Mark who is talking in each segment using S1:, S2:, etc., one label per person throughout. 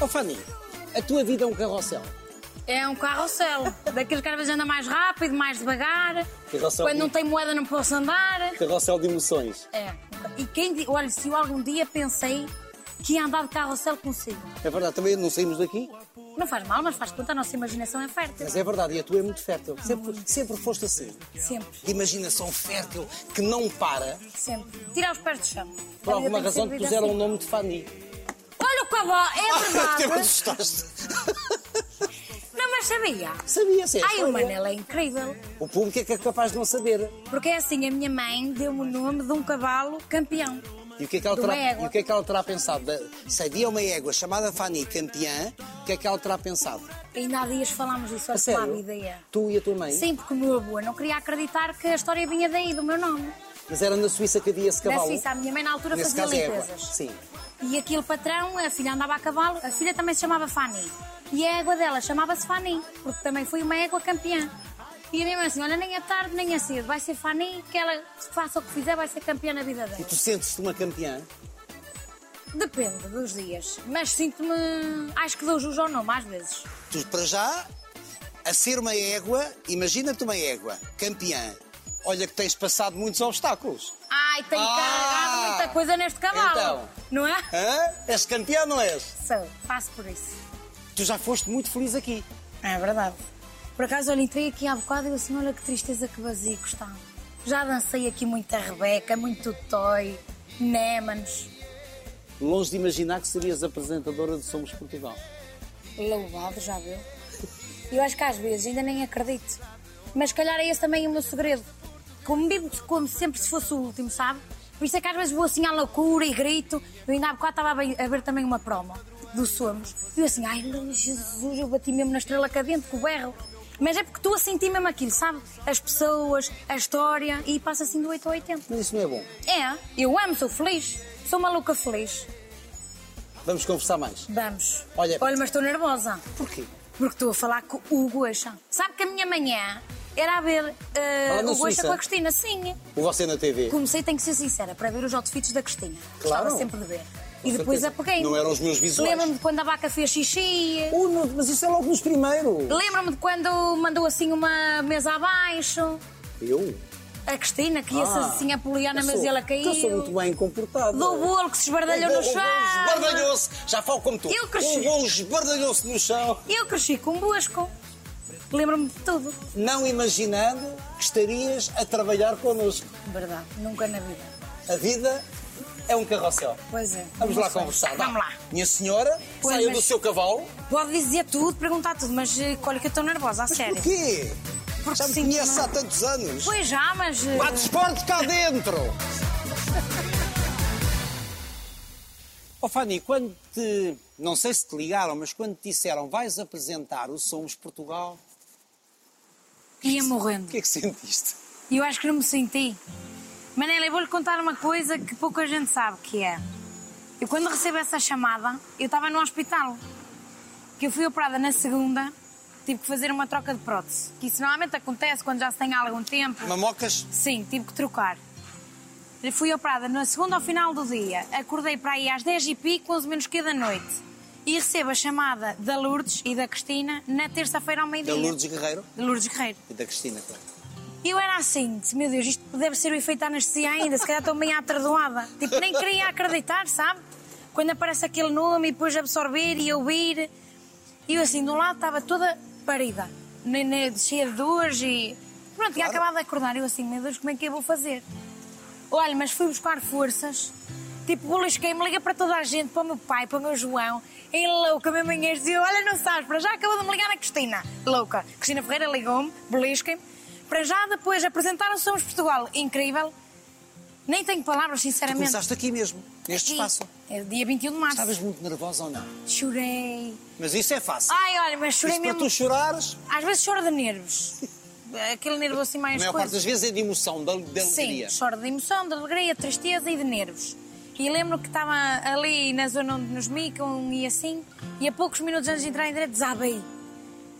S1: Oh, Fanny, a tua vida é um carrossel.
S2: É um carrossel. Daqueles que às vezes anda mais rápido, mais devagar.
S1: Carrossel
S2: Quando
S1: de-
S2: não tem moeda não posso andar.
S1: Carrossel de emoções.
S2: É. E quem di- olha, se eu algum dia pensei que ia andar de carrossel consigo.
S1: É verdade, também não saímos daqui,
S2: Não faz mal, mas faz conta, a nossa imaginação é fértil.
S1: mas é verdade, e a tua é muito fértil. Sempre, sempre foste assim.
S2: Sempre,
S1: De imaginação fértil que não para.
S2: sempre. Tirar os pés do chão.
S1: Por
S2: A vida
S1: alguma
S2: tem que ser
S1: razão te
S2: vivida
S1: puseram um- o
S2: assim.
S1: nome de Fanny.
S2: Olha o cavalo, é
S1: Até me
S2: verdade.
S1: assustaste.
S2: não, mas sabia.
S1: Sabia, sim.
S2: Ai, o Manela é incrível.
S1: O público é que é capaz de não saber.
S2: Porque é assim, a minha mãe deu-me o nome de um cavalo campeão.
S1: E o que é que ela
S2: De
S1: terá,
S2: uma égua.
S1: e o que é que ela terá pensado? Da- Se havia uma égua chamada Fanny campeã, o que é que ela terá pensado?
S2: Ainda há dias falámos disso,
S1: A
S2: olha que má
S1: sério?
S2: ideia.
S1: Tu e a tua mãe?
S2: Sim, porque o meu avô não queria acreditar que a história vinha daí, do meu nome.
S1: Mas era na Suíça que havia esse
S2: Na
S1: cavalo?
S2: Suíça, a minha mãe na altura
S1: Então Nesse
S2: fazia
S1: caso é égua.
S2: limpezas.
S1: Sim.
S2: E aquele patrão, a filha andava a cavalo, a filha também se chamava Fanny. E a égua dela chamava-se Fanny, porque também foi uma égua campeã. E a minha mãe assim, olha, nem é tarde, nem é cedo, vai ser Fanny, que ela faça o que fizer, vai ser campeã na vida
S1: E
S2: dela.
S1: tu sentes-te uma campeã?
S2: Depende dos dias, mas sinto-me, acho que dou jus ao nome às vezes.
S1: Tu, para já, a ser uma égua, imagina-te uma égua campeã. Olha que tens passado muitos obstáculos.
S2: Ai, tenho
S1: Ah!
S2: carregado muita coisa neste cavalo,
S1: Então.
S2: não é?
S1: Hã? És campeã, não és?
S2: Sou, passo por isso.
S1: Tu já foste muito feliz aqui.
S2: É verdade. Por acaso, olha, entrei aqui há bocado e eu assim, olha que tristeza que vazio que está. Já dancei aqui muita Rebeca, muito Toy, Némanos,
S1: Longe de imaginar que serias apresentadora de Somos Portugal.
S2: Louvado, já viu? Eu acho que às vezes ainda nem acredito. Mas se calhar é esse também o meu segredo. Como vivo como sempre se fosse o último, sabe? Por isso é que às vezes vou assim à loucura e grito. Eu ainda há bocado estava a ver- a ver também uma promo do Somos. E eu assim, ai Jesus, eu bati mesmo na estrela cadente com o berro. Mas é porque estou a sentir mesmo aquilo, sabe? As pessoas, a história, e passa assim do 8 ao 80.
S1: Mas isso não é bom.
S2: É, eu amo, sou feliz. Sou maluca feliz.
S1: Vamos conversar mais.
S2: Vamos.
S1: Olha-
S2: Olha mas estou nervosa.
S1: Porquê?
S2: Porque estou a falar com o Goixa. Sabe que a minha manhã era a ver uh,
S1: Lá na
S2: o Goixa
S1: Suíça?
S2: com a Cristina, sim.
S1: O Você na TV.
S2: Comecei, tenho que ser sincera, para ver os outfits da Cristina.
S1: Claro.
S2: Gostava sempre de ver. E depois
S1: certeza.
S2: apaguei.
S1: Não eram os meus visuais.
S2: Lembro-me de quando a vaca fez xixi.
S1: Oh, não, mas isso é logo nos primeiros.
S2: Lembro-me de quando mandou assim uma mesa abaixo.
S1: Eu?
S2: A Cristina que ia-se
S1: Ah,
S2: assim a poliar na
S1: Eu
S2: mesa e
S1: sou-
S2: ela
S1: Eu sou muito
S2: caiu.
S1: bem comportado.
S2: Do bolo que se esbardalhou no chão.
S1: Esbardalhou-se. Já falo como tu.
S2: Eu cresci.
S1: O bolo esbardalhou-se no chão.
S2: Eu cresci com um Bosco. Lembro-me de tudo.
S1: Não imaginando que estarias a trabalhar connosco.
S2: Verdade, nunca na vida.
S1: A vida é um carrossel.
S2: Pois é.
S1: Vamos lá
S2: emoções.
S1: conversar. vá.
S2: Vamos lá.
S1: Minha senhora,
S2: Pois,
S1: saiu
S2: mas-
S1: do seu cavalo.
S2: Pode dizer tudo, perguntar tudo, mas eh, olha que eu estou nervosa, a sério.
S1: Porquê?
S2: Porque
S1: Já me
S2: sim,
S1: conheces
S2: não-
S1: há tantos anos.
S2: Pois já, mas. eh,
S1: Há desporto cá dentro! Oh Fanny, quando te. Não sei se te ligaram, mas quando te disseram vais apresentar o Somos Portugal,
S2: Ia
S1: o
S2: morrendo.
S1: que é que sentiste?
S2: E eu acho que não me senti. Manela, eu vou-lhe contar uma coisa que pouca gente sabe que é. Eu quando recebo essa chamada, eu estava no hospital. Que eu fui operada na segunda, tive que fazer uma troca de prótese. Que isso normalmente acontece quando já se tem há algum tempo.
S1: Mamocas?
S2: Sim, tive que trocar. Eu Fui operada na segunda ao final do dia. Acordei para aí às 10 e pico, 11 menos que da noite. E recebo a chamada da Lourdes e da Cristina na terça-feira ao
S1: Da
S2: meio-dia.
S1: Lourdes Guerreiro
S2: De Lourdes Guerreiro.
S1: e da Cristina, claro.
S2: E eu era assim, disse, meu Deus, isto deve ser o efeito da anestesia ainda, se calhar estou meio atordoada. Tipo, nem queria acreditar, sabe? Quando aparece aquele nome e depois absorver e ouvir. E eu assim, de um lado estava toda parida, ne- ne- cheia de dores e... Pronto, tinha
S1: Claro.
S2: acabado de acordar. Eu assim, meu Deus, como é que eu vou fazer? Olha, mas fui buscar forças. Tipo, bolisquei-me, liga para toda a gente, para o meu pai, para o meu João. Em louca, minha mãe dizia, olha, não sabes, para já acabou de me ligar a Cristina. Louca. Cristina Ferreira ligou-me, bolisquei-me. Para já depois apresentaram Somos Portugal. Incrível. Nem tenho palavras, sinceramente.
S1: Começaste aqui mesmo, neste
S2: E-
S1: espaço.
S2: É dia 21 de março.
S1: Estavas muito nervosa ou não?
S2: Chorei.
S1: Mas isso é fácil.
S2: Ai, olha, mas chorei
S1: isso para
S2: mesmo.
S1: tu chorares,
S2: Às vezes choro de nervos. Aquele nervo assim
S1: a
S2: mais
S1: maior parte
S2: coisa.
S1: das vezes é de emoção, da, da alegria.
S2: Sim, choro de emoção, de alegria, de tristeza e de nervos. E lembro que estava ali na zona onde nos micam e assim, e a poucos minutos antes de entrar em direto desabei.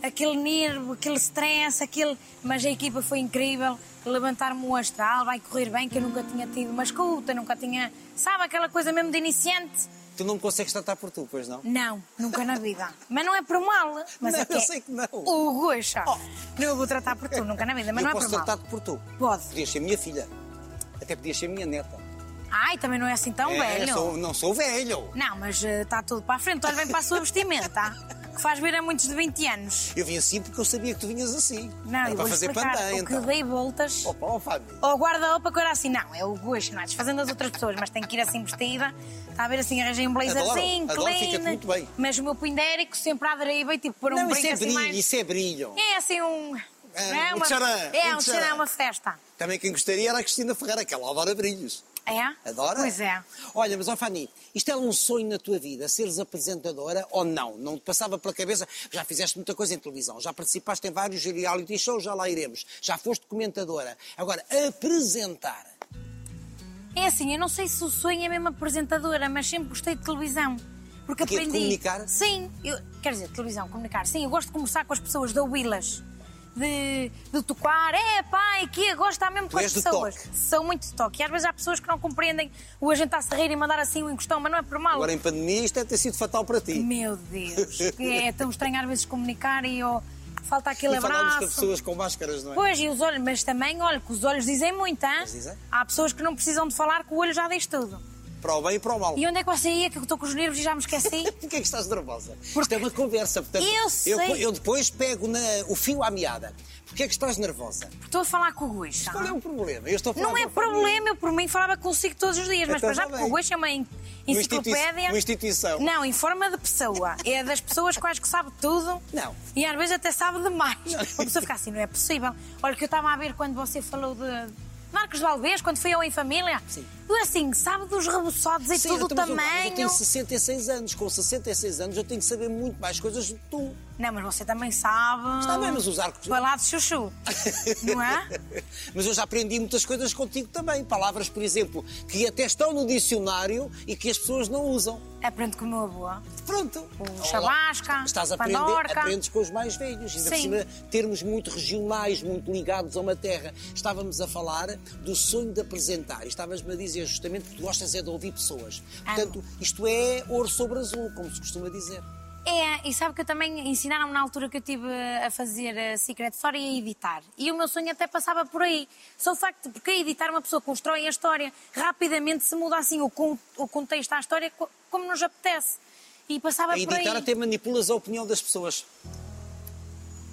S2: Aquele nervo, aquele stress, aquele. Mas a equipa foi incrível, levantar-me o astral, vai correr bem, que eu nunca tinha tido uma escuta, nunca tinha. Sabe, aquela coisa mesmo de iniciante.
S1: Tu não me consegues tratar por tu, pois não?
S2: Não, nunca na vida. Mas não é por mal. Mas
S1: Não,
S2: é que
S1: eu
S2: é
S1: sei que Oh. não.
S2: O Goxa. Não vou tratar por tu, nunca na vida, mas
S1: eu
S2: não é
S1: posso
S2: por mal.
S1: tratar-te por tu.
S2: Pode.
S1: Podias ser minha filha. Até podias ser minha neta.
S2: Ai, também não é assim tão
S1: É,
S2: velho.
S1: sou- não sou velho.
S2: Não, mas está tudo para a frente. Olha bem para a sua vestimenta, que faz vir a muitos de 20 anos.
S1: Eu vim assim porque eu sabia que tu vinhas assim.
S2: Não,
S1: Era
S2: eu
S1: para
S2: vou
S1: fazer
S2: explicar.
S1: pandeia,
S2: o que
S1: então.
S2: dei voltas.
S1: Opa, ó Fábio.
S2: Ou guarda-roupa que eu era assim, não, é o gosto, não é desfazendo as outras pessoas, mas tenho que ir assim vestida, está a ver assim, arranjei um blazerzinho,
S1: Adoro, adoro,
S2: clean.
S1: fica-te muito bem.
S2: Mas o meu pindérico sempre aderei bem, tipo, pôr um
S1: não, isso
S2: brinco
S1: é
S2: assim
S1: brilho,
S2: mais.
S1: isso é brilho.
S2: É assim um.
S1: É,
S2: não é
S1: um
S2: uma,
S1: tcharam,
S2: é,
S1: um
S2: um tcharam,
S1: tcharam.
S2: é uma festa.
S1: Também quem gostaria era a Cristina Ferreira, que ela adora brilhos.
S2: É?
S1: Adora?
S2: Pois é.
S1: Olha, mas ó Fani, isto é um sonho na tua vida, seres apresentadora ou não? Não te passava pela cabeça, já fizeste muita coisa em televisão, já participaste em vários reality shows, já lá iremos, já foste comentadora. Agora, apresentar.
S2: É assim, eu não sei se o sonho é mesmo apresentadora, mas sempre gostei de televisão. Porque
S1: Quê? é De
S2: aprendi.
S1: comunicar?
S2: Sim, eu, quer dizer, televisão, comunicar. Sim, eu gosto de conversar com as pessoas, de ouvi-las, de, de tocar. É, pai, que eu gosto de estar mesmo com as
S1: és do
S2: pessoas.
S1: toque.
S2: São muito de toque. E às vezes há pessoas que não compreendem o a gente está a se rir e mandar assim um encostão, mas não é por mal.
S1: Agora é- em pandemia isto deve ter sido fatal para ti.
S2: Meu Deus, é tão estranho às vezes comunicar e eu, falta aquele
S1: e falámos com
S2: abraço.
S1: pessoas com máscaras, não é?
S2: Pois, e os olhos, mas também, olha, que os olhos dizem muito, hein?
S1: Mas dizem.
S2: Há pessoas que não precisam de falar, que o olho já diz tudo.
S1: Para o bem e para o mal.
S2: E onde é que você ia? Que eu estou com os nervos e já me esqueci.
S1: Porquê é que estás nervosa? Isto é uma conversa, portanto.
S2: Eu sei.
S1: eu depois pego na- o fio à meada. Porquê é que estás nervosa?
S2: Estou a falar com o Guixa.
S1: Qual é o problema? Eu estou a falar
S2: Não é
S1: com a Fani.
S2: problema, eu por mim falava consigo todos os dias, mas
S1: Então
S2: para já
S1: está
S2: porque o
S1: bem.
S2: Guixa é uma en-
S1: Uma
S2: enciclopédia.
S1: institui- uma instituição.
S2: Não, em forma de pessoa. É das pessoas quase que sabe tudo.
S1: Não.
S2: E às vezes até sabe demais. Uma pessoa fica assim, não é possível. Olha, o que eu estava a ver quando você falou de. Marcos Valdez, quando foi ao Em Família,
S1: Sim.
S2: eu assim, sabe dos rebuçados e
S1: Sim,
S2: tudo é o
S1: então, mas eu- mas Eu
S2: tamanho.
S1: tenho 66 anos. Com 66 anos eu tenho que saber muito mais coisas do que tu.
S2: Não, mas você também sabe.
S1: Está bem, mas os arcos.
S2: Balado de chuchu. não é?
S1: Mas eu já aprendi muitas coisas contigo também. Palavras, por exemplo, que até estão no dicionário e que as pessoas não usam.
S2: Aprende com o meu avô.
S1: Pronto.
S2: O
S1: Olá.
S2: chabasca,
S1: Estás a aprender,
S2: pandorca.
S1: aprendes com os mais velhos. Ainda por
S2: Sim.
S1: cima, termos muito regionais, muito ligados a uma terra. Estávamos a falar do sonho de apresentar. E Estavas-me a dizer justamente que tu gostas é de ouvir pessoas.
S2: Ah.
S1: Portanto, isto é ouro sobre azul, como se costuma dizer.
S2: É, e sabe que eu também ensinaram-me na altura que eu estive a fazer a Secret Story e a editar. E o meu sonho até passava por aí. Só o facto, porque a editar uma pessoa constrói a história, rapidamente se muda assim o, con- o contexto à história co- como nos apetece. E passava
S1: A
S2: por
S1: editar
S2: aí.
S1: até manipulas a opinião das pessoas.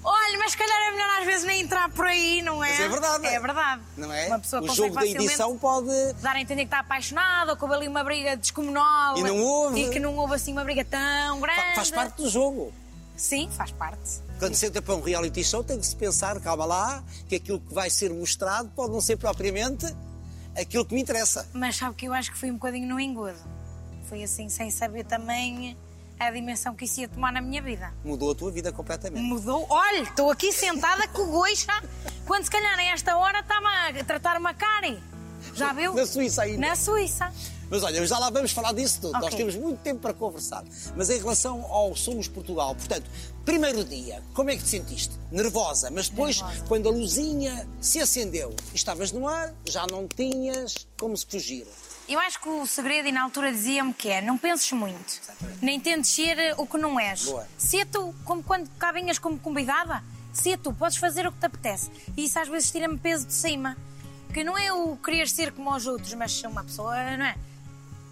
S2: Olha, mas se calhar é melhor às vezes nem entrar por aí, não é?
S1: Mas é verdade.
S2: É verdade.
S1: Não é?
S2: Uma pessoa
S1: o
S2: consegue
S1: jogo da
S2: facilmente
S1: edição pode.
S2: Dar a entender que está apaixonada, ou que houve ali uma briga descomunal.
S1: E não houve.
S2: E que não houve assim uma briga tão
S1: fa-
S2: grande.
S1: Faz parte do jogo.
S2: Sim, faz parte.
S1: Quando se entra para um reality show, tem que se pensar, calma lá, que aquilo que vai ser mostrado pode não ser propriamente aquilo que me interessa.
S2: Mas sabe que eu acho que fui um bocadinho no engodo. Foi assim, sem saber também a dimensão que isso ia tomar na minha vida.
S1: Mudou a tua vida completamente.
S2: Mudou. Olha, estou aqui sentada com o goixa, quando se calhar a esta hora está-me a tratar uma cárie. Já Ah, viu?
S1: Na Suíça ainda.
S2: Na Suíça.
S1: Mas olha, já lá vamos falar disso tudo.
S2: Ok.
S1: Nós temos muito tempo para conversar. Mas em relação ao Somos Portugal, portanto, primeiro dia, como é que te sentiste? Nervosa, mas depois,
S2: Nervosa.
S1: quando a luzinha se acendeu e estavas no ar, já não tinhas como se fugir.
S2: Eu acho que o segredo, e na altura dizia-me que é, não penses muito,
S1: Exatamente.
S2: nem tentes ser o que não és.
S1: Boa.
S2: Se tu, como quando cá vinhas como convidada, se tu, podes fazer o que te apetece. E isso às vezes tira-me peso de cima. Que não é o querer ser como os outros, mas ser uma pessoa, não é?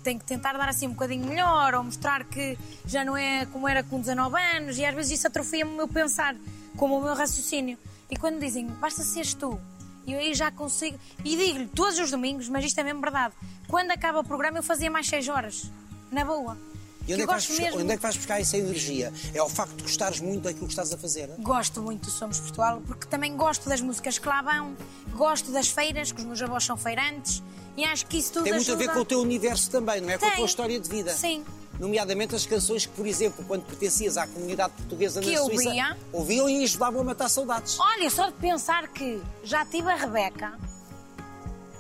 S2: Tem que tentar dar assim um bocadinho melhor, ou mostrar que já não é como era com 19 anos, e às vezes isso atrofia-me o meu pensar, como o meu raciocínio. E quando me dizem, basta seres tu, e eu aí já consigo. E digo-lhe todos os domingos, mas isto é mesmo verdade, quando acaba o programa eu fazia mais 6 horas, na boa.
S1: E
S2: Que
S1: onde,
S2: eu
S1: é que vais
S2: gosto
S1: buscar,
S2: mesmo.
S1: onde é que vais buscar essa energia? É o facto de gostares muito daquilo que estás a fazer? não é?
S2: Gosto muito do Somos Portugal porque também gosto das músicas que lá vão, gosto das feiras, que os meus avós são feirantes e acho que isso tudo
S1: Tem muito
S2: ajuda.
S1: a ver com o teu universo também, não é? Com a
S2: Tem.
S1: tua história de vida.
S2: Sim.
S1: Nomeadamente as canções que, por exemplo, quando pertencias à comunidade portuguesa
S2: Que
S1: na
S2: eu
S1: Suíça,
S2: ouvia.
S1: ouviam e ajudavam a matar saudades.
S2: Olha, só de pensar que já tive a Rebeca,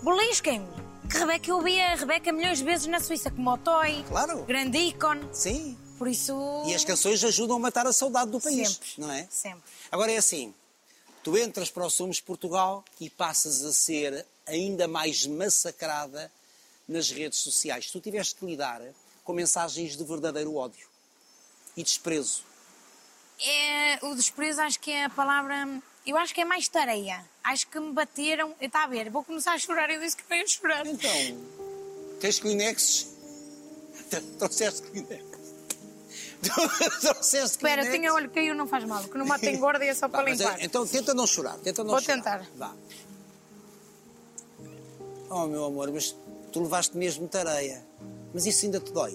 S2: belisquem-me. Que Rebeca, eu ouvi a Rebeca milhões de vezes na Suíça, como o Toy,
S1: Claro.
S2: grande ícone,
S1: Sim.
S2: por isso...
S1: E as canções ajudam a matar a saudade do país,
S2: Sempre.
S1: não é?
S2: Sempre.
S1: Agora é assim, tu entras para o Somos Portugal e passas a ser ainda mais massacrada nas redes sociais. Tu tiveste que lidar com mensagens de verdadeiro ódio e desprezo.
S2: É, o desprezo acho que é a palavra. Eu acho que é mais tareia. Acho que me bateram. Eu está a ver, vou começar a chorar. Eu disse que não ia chorar.
S1: Então, tens Kleenexes? Tr- Trouxeste Kleenexes? Trouxeste
S2: Espera,
S1: Kleenexes?
S2: tenha olho que eu não faz mal, que não mata engorda e é só
S1: Vá,
S2: para
S1: mas,
S2: limpar.
S1: eh, Então tenta não chorar, tenta não
S2: Vou
S1: chorar.
S2: tentar.
S1: Vá. Oh, meu amor, mas tu levaste mesmo tareia. Mas isso ainda te dói.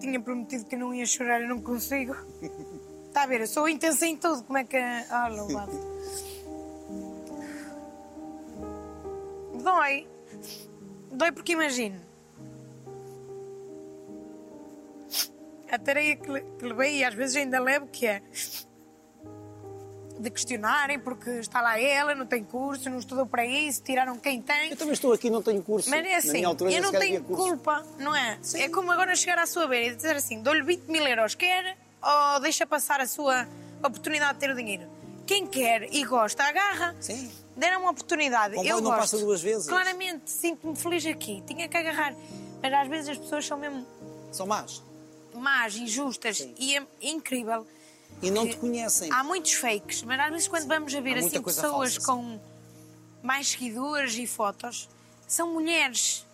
S2: Tinha prometido que não ia chorar e não consigo. Está a ver, eu sou intensa em tudo. Como é que. Ah, louvado. Dói. Dói porque imagino. A tareia que, le- que levei, e às vezes ainda levo, que é de questionarem porque está lá ela, não tem curso, não estudou para isso, tiraram quem tem.
S1: Eu também estou aqui, não tenho curso.
S2: Mas é
S1: Na
S2: assim,
S1: minha altura, nem
S2: eu não
S1: sequer havia
S2: tenho
S1: curso.
S2: culpa, não é? É como agora chegar à sua beira e dizer assim: dou-lhe 20 mil euros, quer ou deixa passar a sua oportunidade de ter o dinheiro? Quem quer e gosta, agarra.
S1: Sim.
S2: Deram uma oportunidade.
S1: Comboio
S2: eu
S1: não
S2: gosto.
S1: passa duas vezes.
S2: Claramente, sinto-me feliz aqui, tinha que agarrar. Mas às vezes as pessoas são mesmo
S1: São más.
S2: más, injustas e é incrível.
S1: E não
S2: que
S1: te conhecem.
S2: Há muitos fakes, mas às vezes quando vamos a ver
S1: Há muita
S2: assim
S1: coisa
S2: pessoas
S1: falsa, sim.
S2: com mais seguidores e fotos, são mulheres.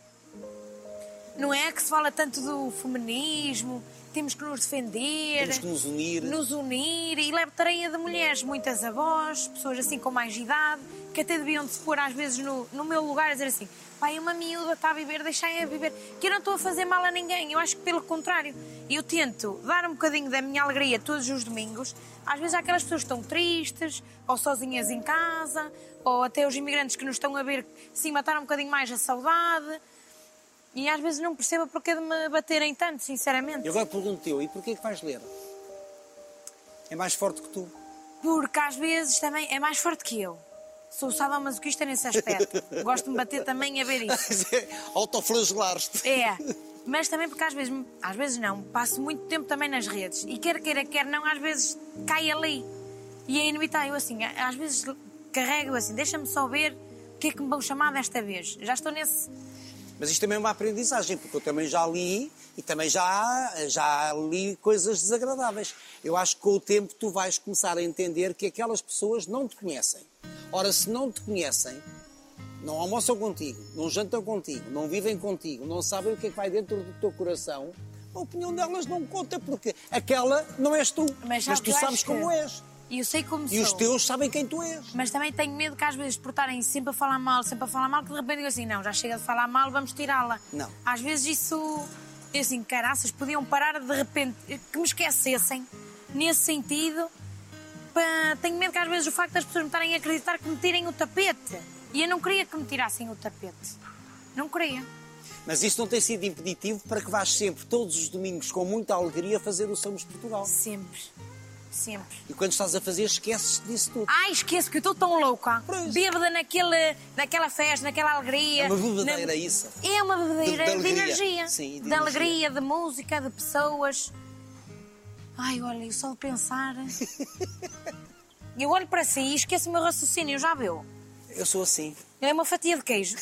S2: Não é que se fala tanto do feminismo, temos que nos defender,
S1: Temos que nos unir.
S2: nos unir e leve tareia de mulheres, muitas avós, pessoas assim com mais idade, que até deviam de se pôr às vezes no, no meu lugar a dizer assim, pai, uma miúda está a viver, deixai-a viver, que eu não estou a fazer mal a ninguém, eu acho que pelo contrário, eu tento dar um bocadinho da minha alegria todos os domingos, às vezes há aquelas pessoas que estão tristes, ou sozinhas em casa, ou até os imigrantes que nos estão a ver, sim, mataram um bocadinho mais a saudade, e às vezes não percebo porque é de me baterem tanto, sinceramente.
S1: E agora pergunto eu, e porquê que vais ler? É mais forte que tu.
S2: Porque às vezes também é mais forte que eu. Sou sadomasoquista nesse aspecto. Gosto de me bater também a ver isso.
S1: Autoflagelares-te.
S2: É. Mas também porque às vezes, às vezes não, passo muito tempo também nas redes. E quer queira, quer não, às vezes cai ali. E é inevitável, assim, às vezes carrego assim, deixa-me só ver o que é que me vão chamar desta vez. Já estou nesse.
S1: Mas isto também é uma aprendizagem, porque eu também já li e também já, já li coisas desagradáveis. Eu acho que com o tempo tu vais começar a entender que aquelas pessoas não te conhecem. Ora, se não te conhecem, não almoçam contigo, não jantam contigo, não vivem contigo, não sabem o que é que vai dentro do teu coração, a opinião delas não conta, porque aquela não és tu, mas,
S2: já
S1: tu
S2: acho
S1: sabes
S2: que-
S1: como és.
S2: E eu sei como
S1: E os
S2: sou.
S1: teus sabem quem tu és.
S2: Mas também tenho medo que às vezes por estarem sempre a falar mal, sempre a falar mal, que de repente digo assim, não, já chega de falar mal, vamos tirá-la.
S1: Não.
S2: Às vezes isso, eu assim, caraças, podiam parar de repente, que me esquecessem, nesse sentido. pa- Tenho medo que às vezes o facto das pessoas me estarem a acreditar que me tirem o tapete. E eu não queria que me tirassem o tapete. Não queria.
S1: Mas isso não tem sido impeditivo para que vás sempre, todos os domingos, com muita alegria, fazer o Somos Portugal.
S2: Sempre. Sempre.
S1: E quando estás a fazer, esqueces disso tudo.
S2: Ai, esqueço que eu estou tão louca.
S1: Pois.
S2: Bêbada naquele, naquela festa, naquela alegria.
S1: É uma bebedeira
S2: Na-
S1: isso.
S2: É uma bebedeira
S1: De-
S2: de,
S1: de alegria.
S2: energia.
S1: Sim, de
S2: de alegria, de música, de pessoas. Ai, olha, eu só de pensar. eu olho para si e esqueço o meu raciocínio, já viu?
S1: Eu sou assim.
S2: É uma fatia de queijo.